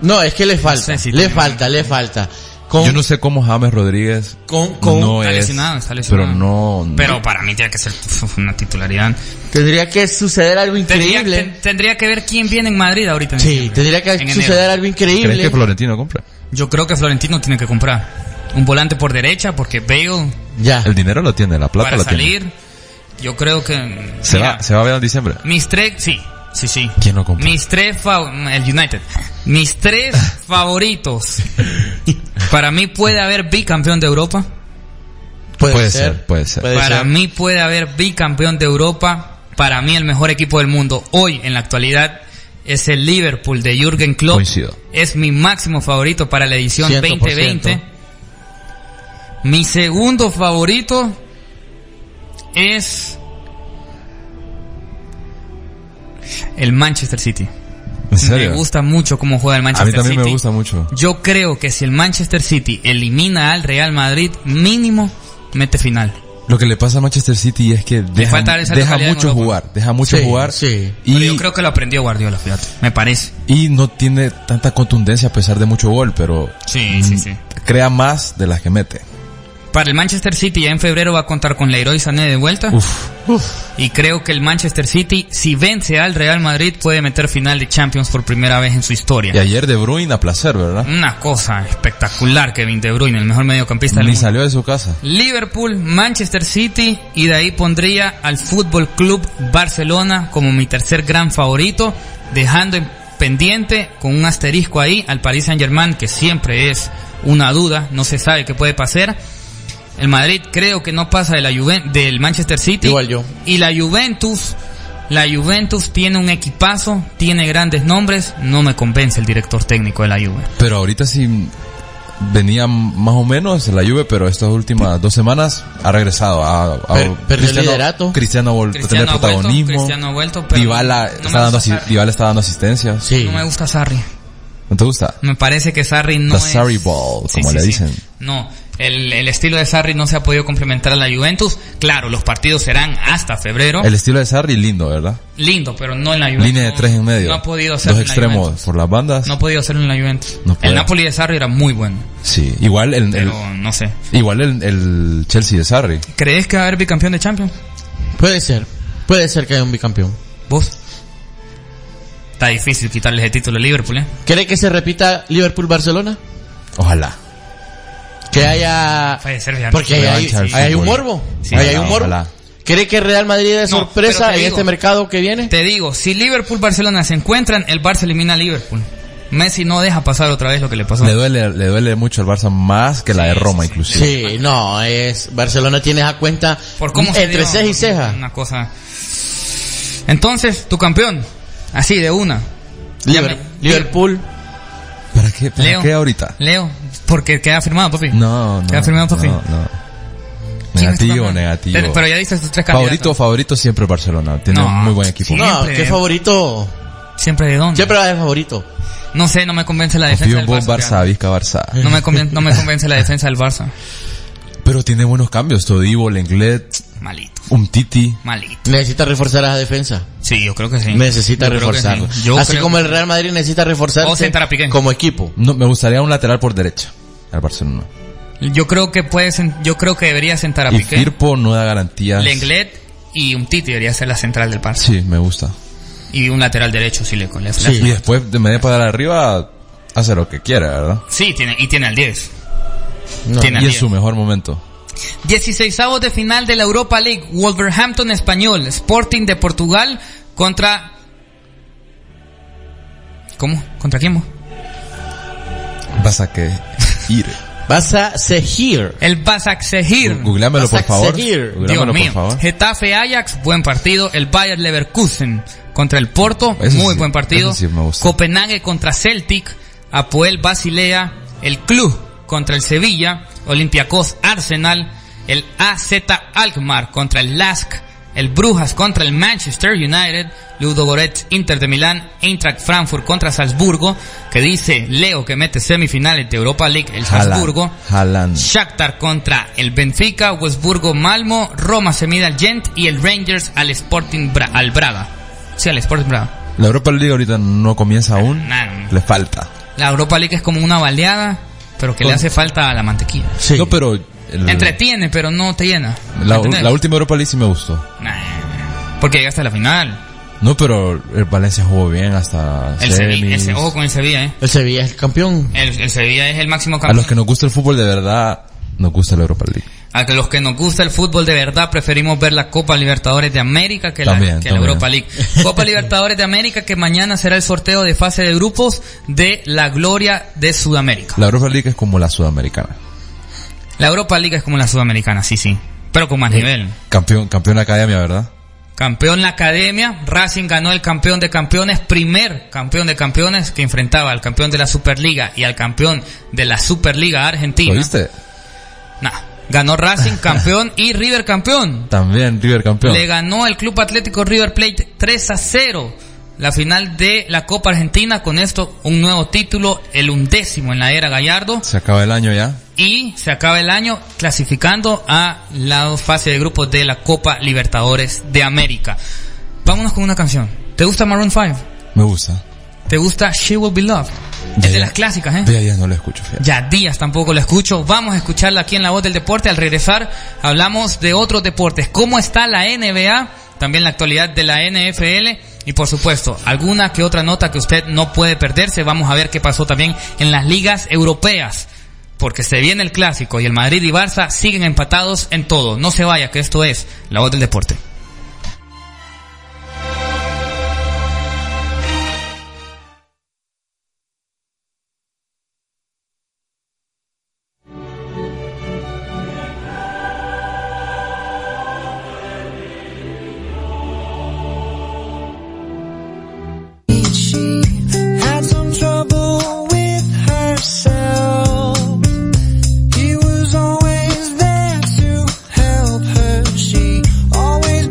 E: No, es que le falta.
B: sé si
E: le
B: tiene
E: falta, le falta. Con,
F: Yo no sé cómo James Rodríguez
E: con, con-
F: no
B: Está
F: es.
B: lesionado, está lesionado.
F: Pero no.
B: Pero para mí tiene que ser uf, una titularidad.
E: Tendría que suceder algo
B: Tendría,
E: increíble.
B: ten- tendría que ver quién viene en Madrid ahorita. en
E: sí,
B: diciembre,
E: tendría
B: en
E: que
B: enero.
E: suceder algo
F: ¿Crees
E: increíble.
F: que Florentino compra?
B: Yo creo que Florentino tiene que comprar un volante por derecha porque Bale
E: Ya.
F: El dinero lo tiene, la plata
B: para
F: lo
B: salir. Yo creo que
F: tiene. Se
B: mira,
F: va, se va a ver en diciembre.
B: mis tres, sí, sí, sí.
F: ¿Quién lo compró?
B: Mis tres fa- el United. Mis
F: *laughs*
B: tres favoritos. Para mí puede haber bicampeón de Europa.
E: Puede,
F: Puede
E: ser,
F: ser, puede ser.
B: Para
E: ser.
B: mí puede haber bicampeón de Europa. Para mí el mejor equipo del mundo hoy en la actualidad es el Liverpool de Jürgen Klopp.
F: Coincido.
B: Es mi máximo favorito para la edición
E: 100%.
B: 2020. Mi segundo favorito es el Manchester City.
F: ¿En serio?
B: Me gusta mucho cómo juega el
F: a
B: Manchester
F: mí
B: City.
F: también me gusta mucho.
B: Yo creo que si el Manchester City elimina al Real Madrid, mínimo mete final.
F: Lo que le pasa a Manchester City es que deja,
B: falta esa
F: deja
B: localidad en
F: mucho
B: Europa.
F: jugar, deja mucho
E: Sí,
F: jugar
E: sí.
B: Pero yo
F: y,
B: creo que lo aprendió Guardiola, fíjate. Me parece.
F: y no tiene tanta contundencia a pesar de mucho gol, pero
B: Sí, sí, sí.
F: Mm, crea más de las que mete.
B: Mm. Para el Manchester City ya en febrero va a contar con Leroy Sané de vuelta.
F: Uf,
B: Y creo que el Manchester City, si vence al Real Madrid, puede meter final de Champions por primera vez en su historia.
F: y ayer De Bruyne a placer, ¿verdad?
B: Una cosa espectacular Kevin De Bruyne, el mejor mediocampista del
F: Ni
B: mundo.
F: salió de su casa.
B: Liverpool, Manchester City y de ahí pondría al Fútbol Club Barcelona como mi tercer gran favorito, dejando en pendiente con un asterisco ahí al Paris Saint-Germain que siempre es una duda, no se sabe qué puede pasar. El Madrid creo que no pasa de la Juven- del Manchester City.
E: Igual yo.
B: Y la Juventus, la Juventus tiene un equipazo, tiene grandes nombres, no me convence el director técnico de la Juve.
F: Pero ahorita sí venía más o menos la lluvia, pero estas últimas dos semanas ha regresado. A, a-
E: Per- perdió el liderato.
F: Cristiano vol-
B: Cristiano
F: tener
B: ha vuelto,
F: protagonismo.
B: Cristiano ha vuelto, pero
F: Dybala
B: no me
F: está,
B: gusta
F: dando asi-
B: Sarri.
F: Dybala está dando asistencias.
E: Sí.
B: No me gusta Sarri.
F: ¿No te gusta?
B: Me parece que Sarri no
F: The
B: es...
F: Sarri Ball, como le dicen.
B: No, el, el estilo de Sarri no se ha podido complementar a la Juventus. Claro, los partidos serán hasta febrero.
F: El estilo de Sarri lindo, ¿verdad?
B: lindo, pero no en la Juventus.
F: Línea de tres en medio.
B: No ha podido hacerlo
F: Dos
B: en la Juventus.
F: extremos por las bandas.
B: No ha podido hacerlo en la Juventus.
F: No
B: el
F: puede.
B: Napoli de Sarri era muy bueno,
F: Sí, igual el, el-
B: pero no sé.
F: igual el, el Chelsea de Sarri.
B: ¿Crees que va a haber bicampeón de Champions?
E: Puede ser. Puede ser que haya un bicampeón.
B: ¿Vos? Está difícil quitarle ese título a Liverpool, ¿eh?
E: ¿Cree que se repita Liverpool-Barcelona?
F: Ojalá.
E: Que haya...
B: Puede ser, ya no.
E: Porque ahí hay,
F: Revancha del
E: ahí hay un
F: fútbol.
E: morbo.
B: Sí,
E: ahí hay
F: ojalá,
E: un morbo.
F: ojalá.
E: ¿Cree que Real Madrid es
B: No, pero
E: sorpresa
B: te
E: en
B: digo-
E: este mercado que viene?
B: Te digo, si Liverpool Barcelona se encuentran, el Barça elimina a Liverpool. Messi no deja pasar otra vez lo que le pasó.
F: Le duele, le duele mucho al Barça más que la de Roma, inclusive.
E: Sí, no, es... Barcelona tiene esa cuenta
B: Por cómo se
E: entre
B: dio,
E: ceja Eh, y ceja.
B: Una cosa. Entonces, tu campeón, así de una. Llame-
E: Liber- Liverpool.
F: ¿Para qué, para
B: Leo.
F: qué ahorita?
B: Leo, porque queda firmado, papi.
F: No, no.
B: Queda firmado, papi.
F: no, no.
B: ¿Quién es tu
F: Negativo,
B: campeón?
F: negativo.
B: Pero, pero ya dices tus tres
F: favorito,
B: candidatos.
F: favorito siempre el Barcelona. Tiene
B: No,
F: un muy buen equipo.
B: sí.
E: No,
B: Siempre.
E: qué favorito.
B: Siempre de dónde.
E: Siempre va a ser favorito.
B: No sé, no me convence la defensa
F: Confío en
B: del
F: vos,
B: Barça.
F: Barça,
B: fíjate.
F: Vizca, Barça.
B: No me, convence, no me convence la defensa del Barça.
F: Pero tiene buenos cambios. Todivo, Lenglet,
B: Malito,
F: Umtiti.
B: malito.
E: Necesita reforzar esa defensa.
B: Sí, yo creo que sí.
E: Necesita
B: Yo creo que
E: reforzarlo.
B: sí. Yo
E: Así
B: creo
E: como
B: que
E: el Real Madrid necesita reforzar
B: O sentar a Piqué.
E: como equipo.
F: No, me gustaría un lateral por derecha al Barcelona.
B: sí. Yo creo que puede sen- yo creo que debería sentar a
F: Y
B: Piqué,
F: Firpo no da garantías.
B: Lenglet y un Titi debería ser la central del Barça.
F: Sí, me gusta.
B: Y un lateral derecho si le con le-
E: Sí.
F: Y después de media para arriba hace lo que quiera, ¿verdad?
B: Sí, tiene y tiene al 10.
E: No.
B: Tiene al
F: Y es
B: 10.
F: su mejor momento.
B: 16avos de final de la Europa League, Wolverhampton español, Sporting de Portugal contra ¿Cómo? ¿Contra quién? mo?
F: Vas a que ir.
E: Vas a seguir.
B: El Basak Sehir.
F: Googleamelo, por
E: Vas a
F: favor.
E: seguir.
B: Dios
F: Googleamelo, por
B: mío.
F: favor.
B: Getafe Ajax, buen partido. El Bayer Leverkusen contra el Porto,
F: Ese
B: muy
F: sí,
B: buen partido.
F: ese sí me gusta.
B: Copenhague contra Celtic, Apoel Basilea, el Club contra el Sevilla, Olympiacos Arsenal, el AZ Alkmaar contra el LASK, el Brujas contra el Manchester United, Ludo Goretz Inter de Milán, Eintracht Frankfurt contra Salzburgo, que dice Leo que mete semifinales de Europa League el Salzburgo.
F: Haaland.
B: Shakhtar contra el Benfica, Wolfsburgo, Malmo, Roma se mide al Gent y el Rangers al Sporting Bra- al Braga. Sí, al Sporting Braga.
F: La Europa League ahorita no comienza aún.
B: Nah.
F: Le falta.
B: La Europa League es como una baleada, pero que le
F: Con-
B: hace falta a la mantequilla.
E: Sí.
F: No, pero... el-
B: Entretiene, pero no te llena.
F: la,
B: ¿Entendés?
F: la última Europa League sí me gustó.
B: Nah, porque llegaste a la final.
F: No, pero el Valencia jugó bien hasta
B: El Sevilla,
F: semis.
B: ese- ojo con el Sevilla, eh.
E: El Sevilla es el campeón.
B: El, el Sevilla es el máximo
F: A
B: campeón.
F: los que nos gusta el fútbol de verdad, nos gusta la Europa League.
B: A que los que nos gusta el fútbol de verdad preferimos ver la Copa Libertadores de América que, la,
F: También,
B: que la
F: también.
B: Europa
F: *laughs*
B: League. Copa Libertadores de América que mañana será el sorteo de fase de grupos de la gloria de Sudamérica.
F: La Europa League es como la sudamericana.
B: La Europa League es como la sudamericana, sí, sí. Pero con más nivel.
F: Campeón, campeón de academia, ¿verdad?
B: Campeón la academia, Racing ganó el campeón de campeones, primer campeón de campeones que enfrentaba al campeón de la Superliga y al campeón de la Superliga
F: ¿Lo
B: Argentina.
F: viste?
B: Nah, ganó Racing campeón y River campeón.
F: También River campeón.
B: Le ganó el Club Atlético River Plate 3 a 0 la final de la Copa Argentina. Con esto, un nuevo título, el undécimo en la era Gallardo.
F: Se acaba el año ya.
B: Y se acaba el año clasificando a la fase de grupos de la Copa Libertadores de América. Vámonos con una canción. ¿Te gusta Maroon 5?
F: Me gusta.
B: ¿Te gusta She Will Be Loved?
F: Ya,
B: Es de
F: ya.
B: las clásicas, ¿eh?
F: De ayer no lo escucho, fíjate.
B: Ya días tampoco lo escucho. Vamos a escucharla aquí en La Voz del Deporte. Al regresar hablamos de otros deportes. ¿Cómo está la NBA? También la actualidad de la NFL. Y por supuesto, alguna que otra nota que usted no puede perderse. Vamos a ver qué pasó también en las ligas europeas. Porque se viene el clásico y el Madrid y Barça siguen empatados en todo. No se vaya, que esto es La Voz del Deporte.
G: She had some trouble with herself. He was always there to help her. She always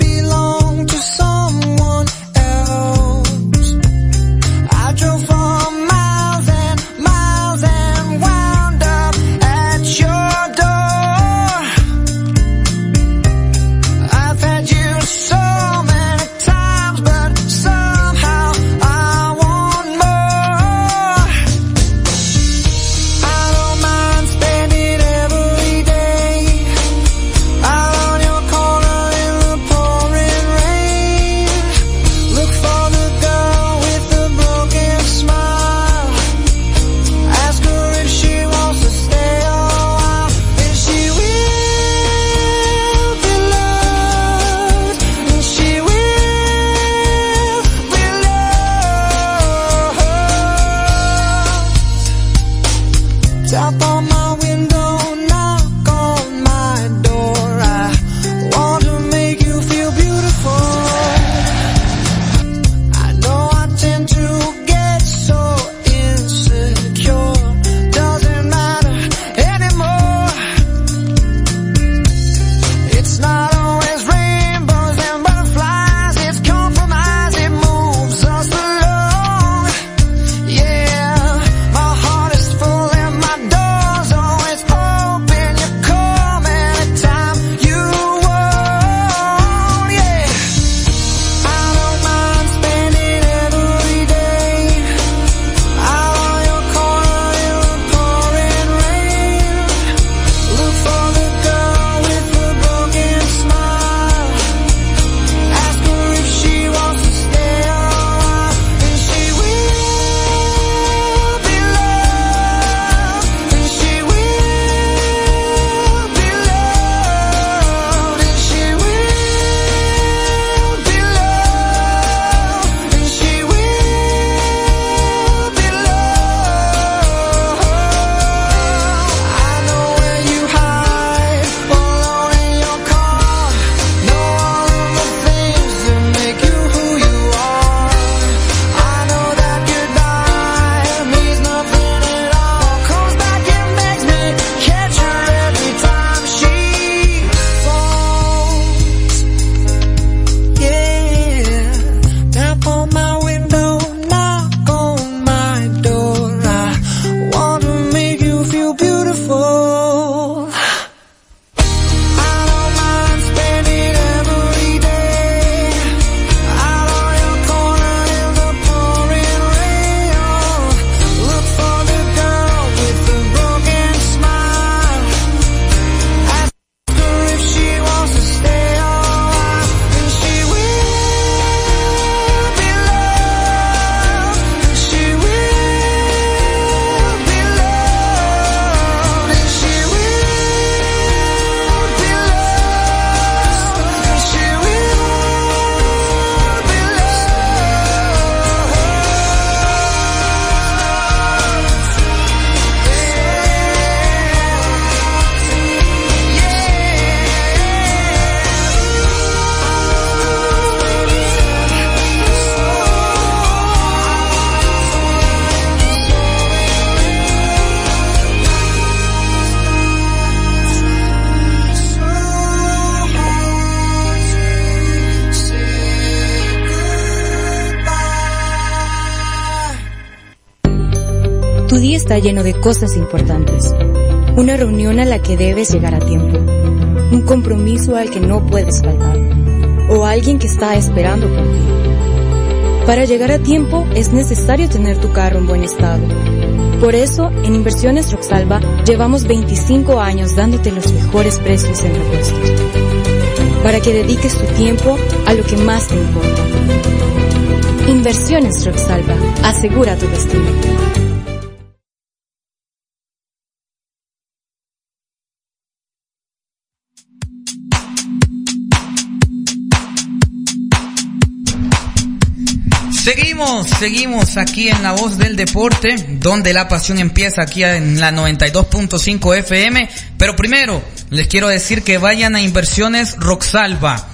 H: está lleno de cosas importantes. Una reunión a la que debes llegar a tiempo. Un compromiso al que no puedes faltar. O alguien que está esperando por ti. Para llegar a tiempo es necesario tener tu carro en buen estado. Por eso, en Inversiones Roxalba llevamos 25 años dándote los mejores precios en repuestos. Para que dediques tu tiempo a lo que más te importa. Inversiones Roxalba. Asegura tu destino.
B: Seguimos, seguimos aquí en La Voz del Deporte, donde la pasión empieza aquí en la 92.5 FM. Pero primero, les quiero decir que vayan a Inversiones Roxalba,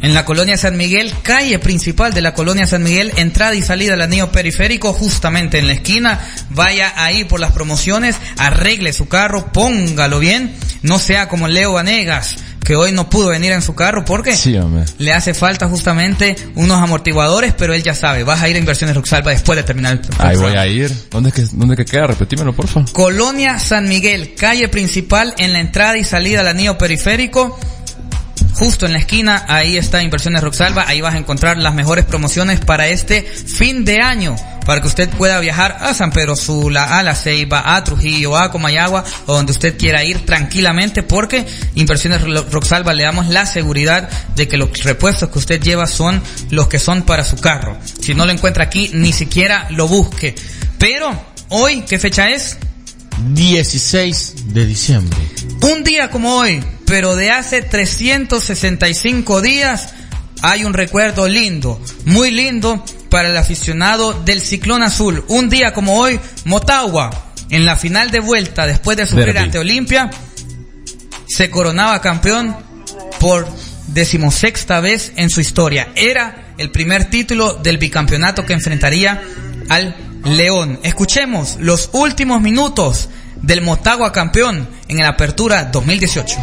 B: en la colonia San Miguel, calle principal de la colonia San Miguel, entrada y salida al anillo periférico, justamente en la esquina. Vaya ahí por las promociones, arregle su carro, póngalo bien, no sea como Leo Vanegas, que hoy no pudo venir en su carro porque
F: Sí, hombre.
B: le hace falta justamente unos amortiguadores, pero él ya sabe, vas a ir a Inversiones Roxalba después de terminar el
F: Ahí voy
B: programa.
F: a ir. ¿Dónde es que, dónde es que queda? Repetímelo, porfa.
B: Colonia San Miguel, calle principal en la entrada y salida al anillo periférico. Justo en la esquina, ahí está Inversiones Roxalba, ahí vas a encontrar las mejores promociones para este fin de año, para que usted pueda viajar a San Pedro Sula, a La Ceiba, a Trujillo, a Comayagua, o donde usted quiera ir tranquilamente, porque Inversiones Ro- Roxalba le damos la seguridad de que los repuestos que usted lleva son los que son para su carro. Si no lo encuentra aquí, ni siquiera lo busque. Pero, hoy, ¿qué fecha es?
E: 16 de diciembre.
B: Un día como hoy, pero de hace 365 días, hay un recuerdo lindo, muy lindo para el aficionado del Ciclón Azul. Un día como hoy, Motagua, en la final de vuelta, después de sufrir
F: Derbi.
B: ante Olimpia, se coronaba campeón por decimosexta vez en su historia. Era el primer título del bicampeonato que enfrentaría al León. Escuchemos los últimos minutos del Motagua campeón en la apertura 2018.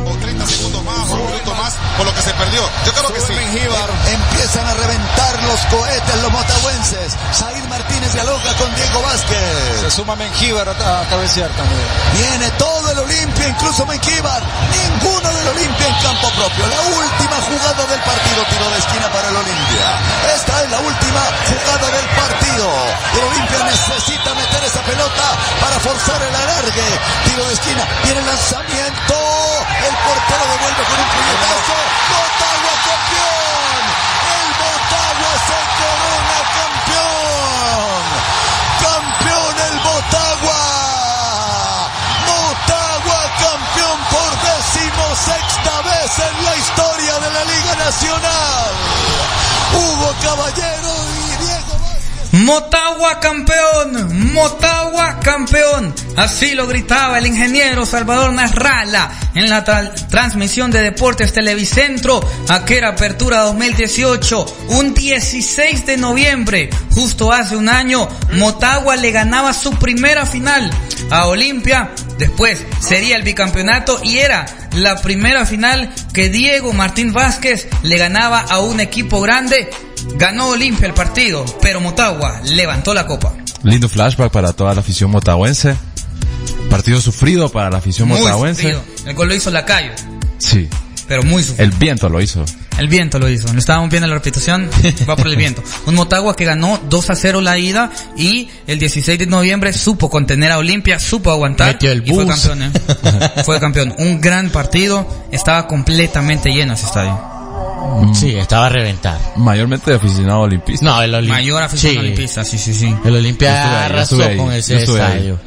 I: o 30 segundos más o un minuto más por lo que se perdió. Yo creo que sí.
J: Empiezan a reventar los cohetes los motahuenses. Zair Martínez dialoga con Diego Vázquez.
I: Se suma Mengíbar a, cabecear también.
J: Viene todo el Olimpia, incluso Menquíbar. Ninguno del Olimpia en campo propio. La última jugada del partido, tiro de esquina para el Olimpia. Esta es la última jugada del partido. El Olimpia necesita meter esa pelota para forzar el alargue. Tiro de esquina, viene el lanzamiento. El portero devuelve con un puñetazo. Motagua campeón. El Motagua se corona campeón. Campeón el Motagua. Motagua campeón por decimosexta vez en la historia de la Liga Nacional. Hugo Caballero y Diego Vázquez.
B: Motagua campeón, Motagua campeón. Así lo gritaba el ingeniero Salvador Nasralla en la tra- transmisión de Deportes Televicentro, aquella apertura 2018, un 16 de noviembre, justo hace un año, Motagua le ganaba su primera final a Olimpia, después sería el bicampeonato y era la primera final que Diego Martín Vázquez le ganaba a un equipo grande Ganó Olimpia el partido, pero Motagua levantó la copa.
F: Lindo flashback para toda la afición motahuense. Partido sufrido para la afición
B: Muy
F: motahuense.
B: sufrido. El gol lo hizo Lacayo,
F: Sí.
B: pero muy sufrido.
F: El viento lo hizo.
B: El viento lo hizo. Lo estábamos viendo en la
E: *laughs*
B: repetición. Va por el viento. Un Motagua que ganó 2 a 0 la ida y el 16 de noviembre supo contener a Olimpia, supo aguantar
E: Metió el
B: y fue
E: bus.
B: campeón. ¿eh?
E: *laughs*
B: fue campeón. Un gran partido. Estaba completamente lleno ese estadio.
E: Sí, estaba a reventar.
F: Mayormente de aficionado olimpista.
E: No, el Olimpia.
B: Mayor afición olimpista. Sí, sí, sí.
E: El
F: Yo estuve ahí,
E: Olimpia
F: yo
E: arrasó
F: estuve ahí,
E: con
F: yo
E: ese
F: estuve ahí.
E: estadio.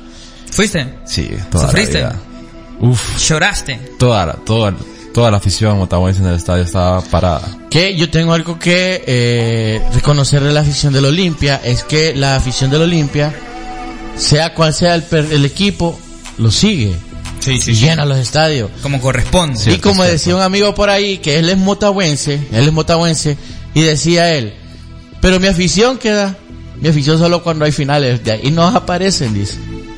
B: ¿Fuiste?
F: Sí, toda
B: ¿Sufriste?
F: la vida. Uf,
B: ¿Lloraste?
F: toda, la- toda, toda la afición motahuense en el estadio estaba parada.
E: Que yo tengo algo que eh, reconocer de la afición del Olimpia, es que la afición del Olimpia, sea cual sea el, per- el equipo, lo sigue.
B: Sí,
E: Y llena los estadios.
B: Como corresponde.
E: y como decía un amigo por ahí, que él es motahuense, él es motahuense, y decía él, pero mi afición queda, mi afición solo cuando hay finales, de ahí no aparecen, dice.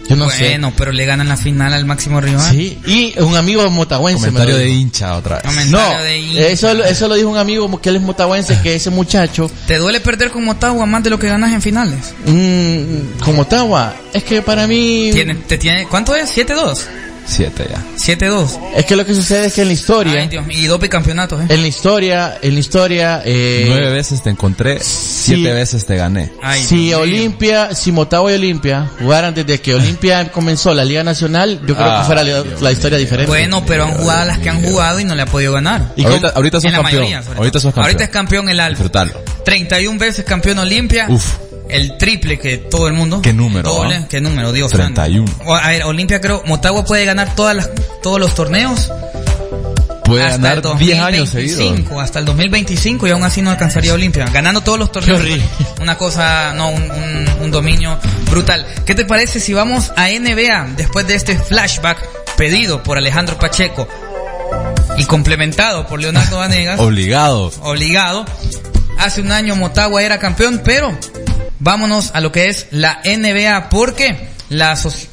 E: Yo no sé.
B: bueno, ah. pero le ganan la final al máximo rival.
E: Sí, y un amigo motahuense. me lo
F: Comentario de
E: dijo.
F: hincha otra vez.
B: Comentario
E: No,
B: de hincha.
E: eso, lo- eso lo dijo un amigo que él es motahuense, que ese muchacho
B: ¿Te duele perder con Motagua más de lo que ganas en finales?
E: Mm, con Motagua, es que para mí...
B: Tiene, te tiene, ¿Cuánto es? ¿7-2?
F: Siete ya.
B: 7-2.
E: Es que lo que sucede es que en la historia...
B: Ay, Dios mío, Y dos bicampeonatos, ¿eh?
E: En la historia, en la historia... Eh,
F: Nueve veces te encontré, siete veces te gané.
B: Ay,
E: si
B: Dios mío.
E: Olimpia, si Motagua y Olimpia jugaran desde
B: *laughs*
E: que Olimpia comenzó la Liga Nacional, yo creo
F: Ah,
E: que fuera la,
F: Dios
E: la historia diferente.
B: Bueno, pero han jugado las que han jugado y no le ha podido ganar.
E: Y
F: ahorita,
E: con-
F: ahorita sos
B: En la
F: campeón.
B: mayoría, sobre
F: ahorita
B: todo.
F: sos campeón.
B: Ahorita es campeón el Alfa.
F: Disfrutalo.
B: 31 veces campeón Olimpia.
F: Uf.
B: El triple que todo el mundo.
F: Qué número,
B: Doble,
F: ¿ah?
B: Qué número, Dios
F: 31.
B: santo. O- A ver, Olimpia creo, Motagua puede ganar todas las, todos los torneos.
F: Puede
B: hasta el
F: ganar 10 años
B: 2025,
F: seguidos.
B: Hasta el 2025 y aún así no alcanzaría Olimpia. Ganando todos los torneos.
E: Qué horrible.
B: *laughs* Una cosa, no, un, un- un dominio brutal. ¿Qué te parece si vamos a NBA después de este flashback pedido por Alejandro Pacheco y complementado por Leonardo
F: *laughs*
B: Vanegas?
F: Obligado.
B: obligado. Hace un año Motagua era campeón, pero vámonos a lo que es la NBA porque la asoci-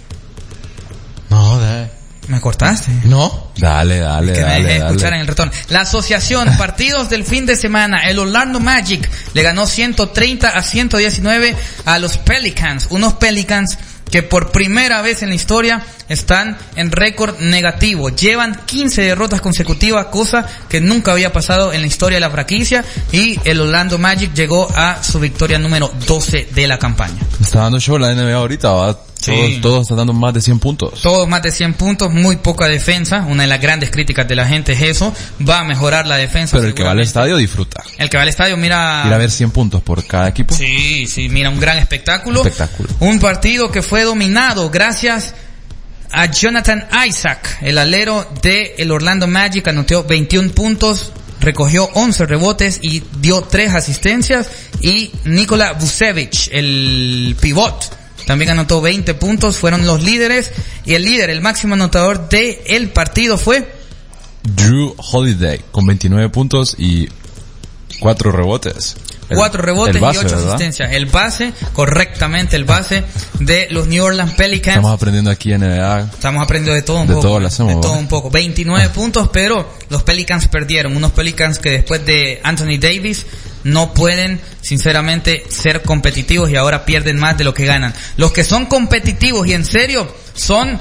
E: No, da-
B: me cortaste.
E: no.
F: Dale, dale,
B: Que me
F: dale.
B: dejé
F: dale.
B: escuchar en el retorno. La asociación *laughs* partidos del fin de semana, el Orlando Magic le ganó 130 a 119 a los Pelicans, unos Pelicans que por primera vez en la historia están en récord negativo. Llevan 15 derrotas consecutivas, cosa que nunca había pasado en la historia de la franquicia y el Orlando Magic llegó a su victoria número 12 de la campaña.
F: Está dando show la NBA ahorita, va.
B: Sí.
F: Todos, todos están dando más de 100 puntos.
B: Todos más de 100 puntos, muy poca defensa. Una de las grandes críticas de la gente es eso. Va a mejorar la defensa.
F: Pero el que va al
B: seguramente.
F: estadio disfruta.
B: El que va al estadio mira...
F: Ir a ver 100 puntos por cada equipo.
B: Sí, sí, mira, un gran espectáculo.
F: Espectáculo.
B: Un partido que fue dominado gracias a Jonathan Isaac, el alero de el Orlando Magic, anotó 21 puntos, recogió 11 rebotes y dio 3 asistencias. Y Nikola Vucevic, el pivot, también anotó 20 puntos, fueron los líderes. Y el líder, el máximo anotador del el partido fue...
F: Drew Holiday con 29 puntos y 4 rebotes. El-
B: cuatro rebotes
F: el base,
B: y ocho
F: ¿verdad?
B: asistencias. El base, correctamente el base de los New Orleans Pelicans.
F: Estamos aprendiendo aquí en NBA.
B: Estamos aprendiendo de todo un
F: De
B: poco.
F: todo lo hacemos, Ah.
B: de todo
F: ¿verdad?
B: un poco. 29 puntos, pero los Pelicans perdieron. Unos Pelicans que después de Anthony Davis no pueden, sinceramente, ser competitivos y ahora pierden más de lo que ganan. Los que son competitivos y en serio son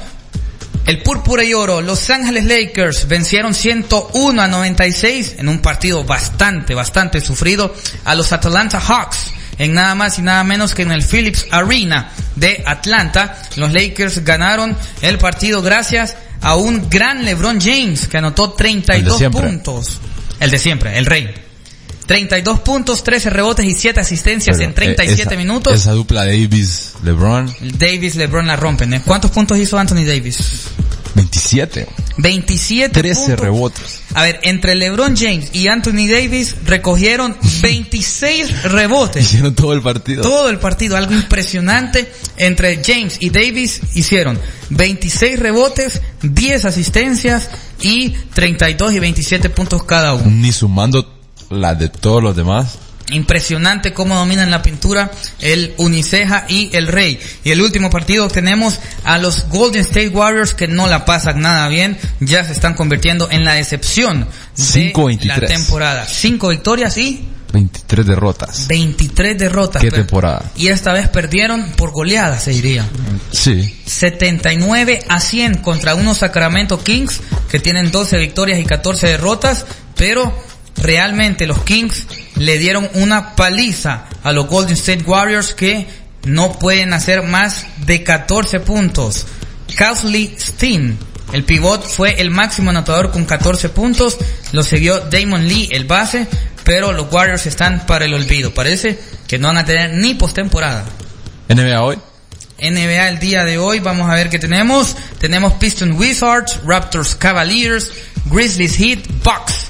B: el Púrpura y Oro, Los Ángeles Lakers vencieron 101 a 96 en un partido bastante, bastante sufrido a los Atlanta Hawks. En nada más y nada menos que en el Phillips Arena de Atlanta, los Lakers ganaron el partido gracias a un gran LeBron James que anotó
F: El de
B: 32
F: siempre.
B: puntos. El de siempre, el rey. 32 puntos, 13 rebotes y 7 asistencias
F: Pero,
B: en 37
F: eh, esa-
B: minutos.
F: Esa dupla Davis-LeBron,
B: Davis, LeBron la rompen. ¿eh? ¿Cuántos puntos hizo Anthony Davis?
F: 27.
B: 27
F: 13
B: puntos.
F: rebotes.
B: A ver, entre LeBron James y Anthony Davis recogieron 26 rebotes.
F: Hicieron todo el partido.
B: Todo el partido, algo impresionante. Entre James y Davis hicieron 26 rebotes, 10 asistencias y 32 y 27 puntos cada uno.
F: Ni sumando la de todos los demás.
B: Impresionante cómo dominan la pintura el Uniceja y el Rey. Y el último partido tenemos a los Golden State Warriors que no la pasan nada bien. Ya se están convirtiendo en la decepción de
F: 5-23.
B: la temporada. Cinco victorias y
F: 23 derrotas.
B: 23 derrotas.
F: ¿Qué
B: Pero-
F: temporada?
B: Y esta vez perdieron por goleada, se diría.
F: Sí.
B: 79 a 100 contra unos Sacramento Kings que tienen 12 victorias y 14 derrotas, pero realmente los Kings le dieron una paliza a los Golden State Warriors que no pueden hacer más de 14 puntos. Casley Steen, el pivot, fue el máximo anotador con 14 puntos, lo siguió Damon Lee, el base, pero los Warriors están para el olvido. Parece que no van a tener ni postemporada.
F: NBA hoy.
B: NBA el día de hoy, vamos a ver qué tenemos. Tenemos Piston Wizards, Raptors Cavaliers, Grizzlies Heat, Bucks.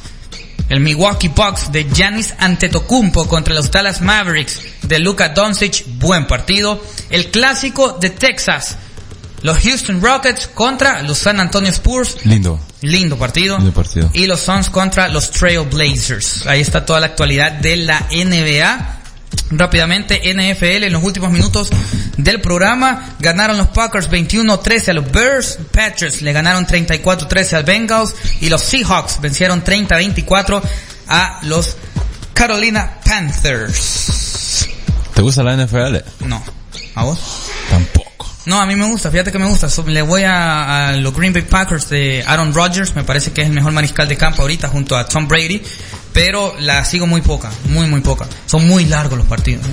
B: El Milwaukee Bucks de Giannis Antetokounmpo contra los Dallas Mavericks de Luka Doncic, buen partido. El clásico de Texas, los Houston Rockets contra los San Antonio Spurs,
F: Lindo.
B: Lindo partido.
F: Lindo partido.
B: Y los Suns contra los Trail Blazers. Ahí está toda la actualidad de la NBA. Rápidamente, NFL en los últimos minutos del programa. Ganaron los Packers 21-13 a los Bears. Patriots le ganaron 34-13 al Bengals. Y los Seahawks vencieron 30-24 a los Carolina Panthers.
F: ¿Te gusta la NFL?
B: No. ¿A vos?
F: Tampoco.
B: No, a mí me gusta, fíjate que me gusta. So- le voy a, a los Green Bay Packers de Aaron Rodgers, me parece que es el mejor mariscal de campo ahorita junto a Tom Brady, pero la sigo muy poca, muy, muy poca. Son muy largos los partidos. ¿eh?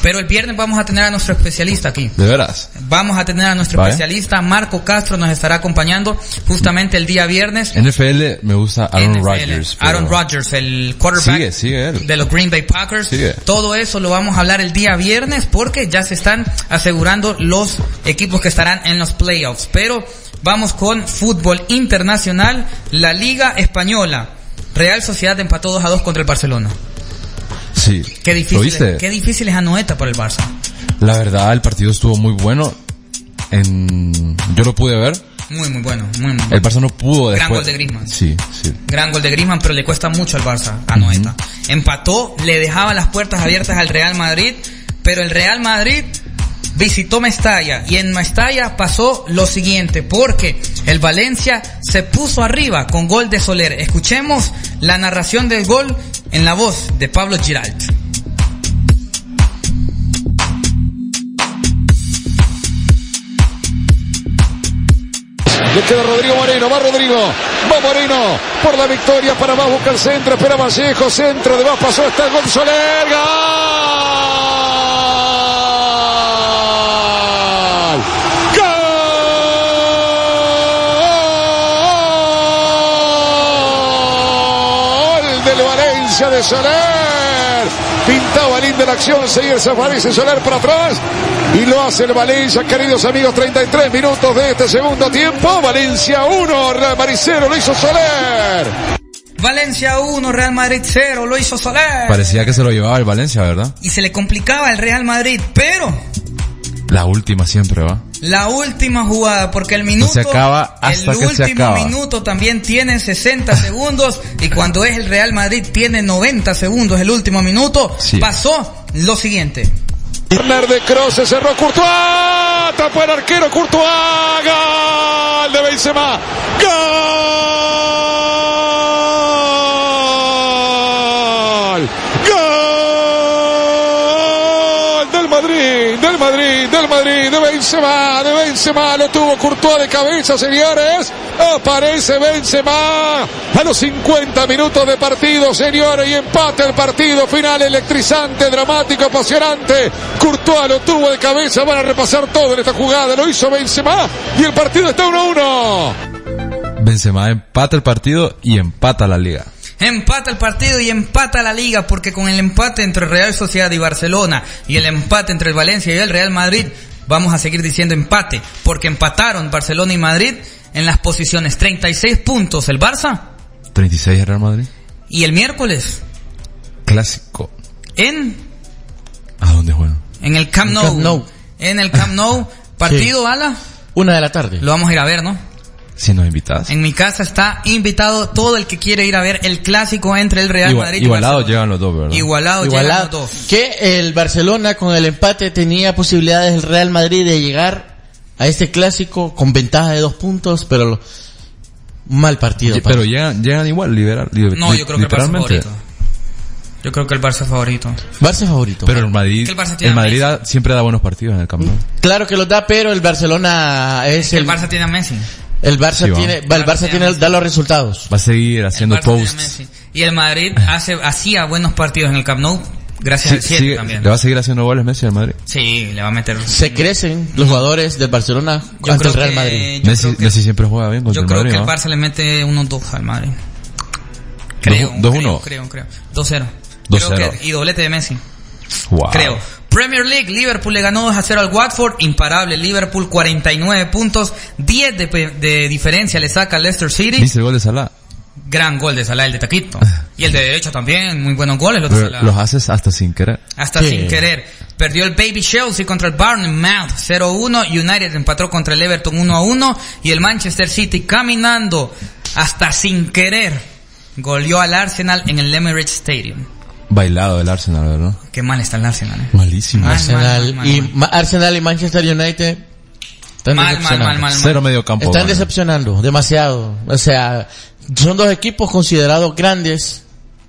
B: Pero el viernes vamos a tener a nuestro especialista aquí.
F: ¿De veras?
B: Vamos a tener a nuestro
F: Vaya.
B: especialista, Marco Castro, nos estará acompañando justamente el día viernes.
F: NFL me gusta Aaron
B: NFL,
F: Rodgers. pero-
B: Aaron Rodgers, el quarterback
F: Sigue, sigue él.
B: de los Green Bay Packers.
F: Sigue.
B: Todo eso lo vamos a hablar el día viernes porque ya se están asegurando los equipos que estarán en los playoffs. Pero vamos con fútbol internacional, la Liga Española. Real Sociedad empató 2 a 2 contra el Barcelona.
F: Sí.
B: Qué
F: ¿Lo
B: difícil,
F: viste?
B: es, qué difícil es Anoeta para el Barça.
F: La verdad, el partido estuvo muy bueno. En... Yo lo pude ver.
B: Muy, muy bueno, muy, muy bueno.
F: El Barça no pudo
B: Gran
F: después.
B: gol de Griezmann.
F: Sí, sí.
B: Gran gol de Griezmann, pero le cuesta mucho al Barça Ah, a Noeta. Empató, le dejaba las puertas abiertas al Real Madrid, pero el Real Madrid visitó Mestalla y en Mestalla pasó lo siguiente, porque el Valencia se puso arriba con gol de Soler. Escuchemos la narración del gol en la voz de Pablo Giralt.
K: Le queda Rodrigo Moreno, va Rodrigo, va Moreno por la victoria para más busca el centro, espera Vallejo, centro de más pasó, está el gol Soler, ¡Gol! ¡Gol del Valencia de Soler! Pintaba linda la acción, seguir aparece Soler para atrás y lo hace el Valencia, queridos amigos, 33 minutos de este segundo tiempo, Valencia 1, Real Madrid 0, lo hizo Soler.
B: Valencia 1, Real Madrid 0, lo hizo Soler.
F: Parecía que se lo llevaba el Valencia, ¿verdad?
B: Y se le complicaba al Real Madrid, pero
F: La última siempre va.
B: La última jugada, porque el minuto.
F: se acaba hasta
B: el
F: que se
B: último
F: acaba.
B: minuto también tiene 60 *laughs* segundos. Y cuando es el Real Madrid, tiene 90 segundos el último minuto.
K: Sí.
B: Pasó lo siguiente.
K: Corner de Kroos, se cerró Courtois, tapó el arquero Courtois, gol de Benzema, gol, gol del Madrid, del Madrid, del Madrid, de Benzema, de Benzema, lo tuvo Courtois de cabeza, señores, aparece Benzema a los 50 minutos de partido, señores, y empate el partido final electrizante, dramático, apasionante. Courtois lo tuvo de cabeza, van a repasar todo en esta jugada, lo hizo Benzema y el partido está 1-1.
F: Benzema empata el partido y empata la liga.
B: Empata el partido y empata la liga, porque con el empate entre Real Sociedad y Barcelona y el empate entre el Valencia y el Real Madrid, vamos a seguir diciendo empate, porque empataron Barcelona y Madrid en las posiciones 36 puntos el Barça
F: 36 el Real Madrid.
B: y el miércoles
F: Clásico.
B: en
F: ¿A dónde juegan?
B: En el Camp
E: En
B: Nou.
E: Camp Nou.
B: En el Camp Nou.
E: *laughs*
B: Partido, Ala.
E: Una de la tarde.
B: Lo vamos a ir a ver, ¿no?
F: Si nos invitas.
B: En mi casa está invitado todo el que quiere ir a ver el clásico entre el Real
F: Igual,
B: Madrid y
F: igualados
B: Barcelona.
F: llegan los dos, ¿verdad?
B: Igualado, llegan los
E: Igualado.
B: dos.
E: Que el Barcelona con el empate tenía posibilidades el Real Madrid de llegar a este clásico con ventaja de dos puntos, pero lo- mal partido.
F: Lle-
E: Paco.
F: Pero llegan, llegan igual, liberal. li-
B: No, yo creo que el Barça es
F: literalmente.
B: favorito. Yo creo que el Barça es favorito.
E: Barça favorito.
F: Pero el Madrid,
B: Que el Barça
F: el,
B: tiene a Mm.
F: Madrid da- siempre da buenos partidos en el campo.
E: Claro que lo da, pero el Barcelona es
B: El
E: el,
B: Barça tiene a Messi.
E: el Barça
F: Sí, va.
E: tiene, va, el Barça tiene da los resultados.
F: Va a seguir haciendo
B: El Barça tiene a
F: posts.
B: Messi. Y el Madrid hace, hacía buenos partidos en el Camp Nou. Gracias
F: Sí,
B: al 7
F: sigue-
B: también.
F: le va a seguir haciendo goles Messi al Madrid.
B: Sí, le va a meter.
E: Se crecen los jugadores del Barcelona
B: Yo
E: ante
B: creo
E: el Real
B: que-
E: Madrid.
B: yo
F: Messi,
B: creo que-
F: Messi siempre juega bien contra
B: Yo creo
F: el Madrid.
B: que el
F: ¿no?
B: Barça le mete unos dos al Madrid. Creo.
F: Dos- dos uno.
B: Creo, creo. 2-0.
F: 2-0.
B: Creo que- Y doblete de Messi.
F: Wow.
B: Creo. Premier League, Liverpool le ganó 2 a 0 al Watford, imparable. Liverpool 49 puntos, 10 de, pe- de diferencia le saca al Leicester City.
F: ¿Viste el gol de Salah?
B: Gran gol de Salah, el de Taquito. Y el de derecho también, muy buenos goles los de
F: Pero
B: Salah.
F: Ah. los haces hasta sin querer.
B: Hasta
E: Sí.
B: sin querer. Perdió el Baby Chelsea contra el Bournemouth 0-1. United empató contra el Everton 1-1. Y el Manchester City caminando hasta sin querer. Goleó al Arsenal en el Emirates Stadium.
F: bailado el Arsenal, ¿verdad?
B: Qué mal está el Arsenal. eh.
F: Malísimo.
B: Mal,
E: Arsenal,
B: mal, mal,
E: y,
B: mal.
E: Ma- Arsenal y Manchester United
B: Mal,
E: están
B: mal,
E: decepcionando.
B: mal, mal, mal.
F: Cero medio campo.
E: Están
F: ¿verdad?
E: decepcionando demasiado. O sea, son dos equipos considerados grandes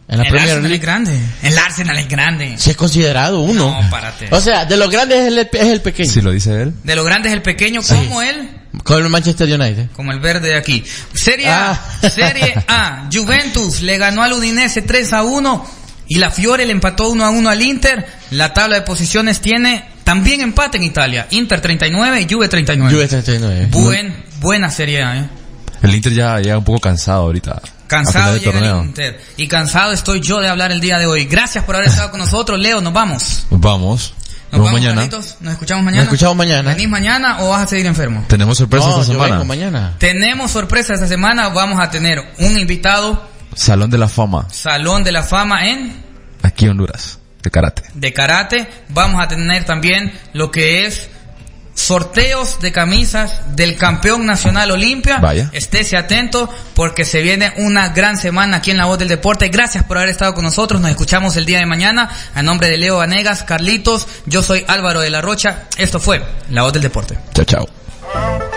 E: en la
B: el
E: Premier
B: Arsenal
E: League.
B: es grande. El Arsenal es grande.
E: Si es considerado uno.
B: No, párate.
E: O sea, de los grandes es el, es el pequeño.
F: Si lo dice él.
B: De lo grande es el pequeño como él,
E: Con el Manchester United.
B: como el verde de aquí. Serie
E: Ah.
B: A, Serie A, Juventus le ganó al Udinese 3 a 1 y la Fiore le empató 1 a 1 al Inter. La tabla de posiciones tiene también empate en Italia. Inter 39 y Juve 39.
E: Juve 39.
B: Buen, buena Serie A, eh.
F: El Inter ya llega un poco cansado ahorita.
B: Cansado
F: a final de
B: llega el
F: torneo.
B: Inter. Y cansado estoy yo de hablar el día de hoy. Gracias por haber estado con nosotros, Leo. Nos vamos.
F: Nos
B: Nos
F: Vamos. Nos vemos
B: vamos,
F: mañana.
B: Carlitos. Nos escuchamos mañana.
E: escuchamos mañana.
B: ¿Venís mañana o vas a seguir enfermo?
F: Tenemos sorpresa
E: No,
F: esta
E: yo vengo
F: semana.
E: mañana.
B: Tenemos sorpresa esta semana. Vamos a tener un invitado,
F: Salón de la Fama.
B: Salón de la Fama en
F: Aquí en Honduras. De karate.
B: de karate. Vamos a tener también lo que es sorteos de camisas del campeón nacional Olimpia.
F: Vaya.
B: Estése atento porque se viene una gran semana aquí en La Voz del Deporte. Gracias por haber estado con nosotros. Nos escuchamos el día de mañana. A nombre de Leo Vanegas, Carlitos, yo soy Álvaro de la Rocha. Esto fue La Voz del Deporte.
F: Chao, chao.
G: Thank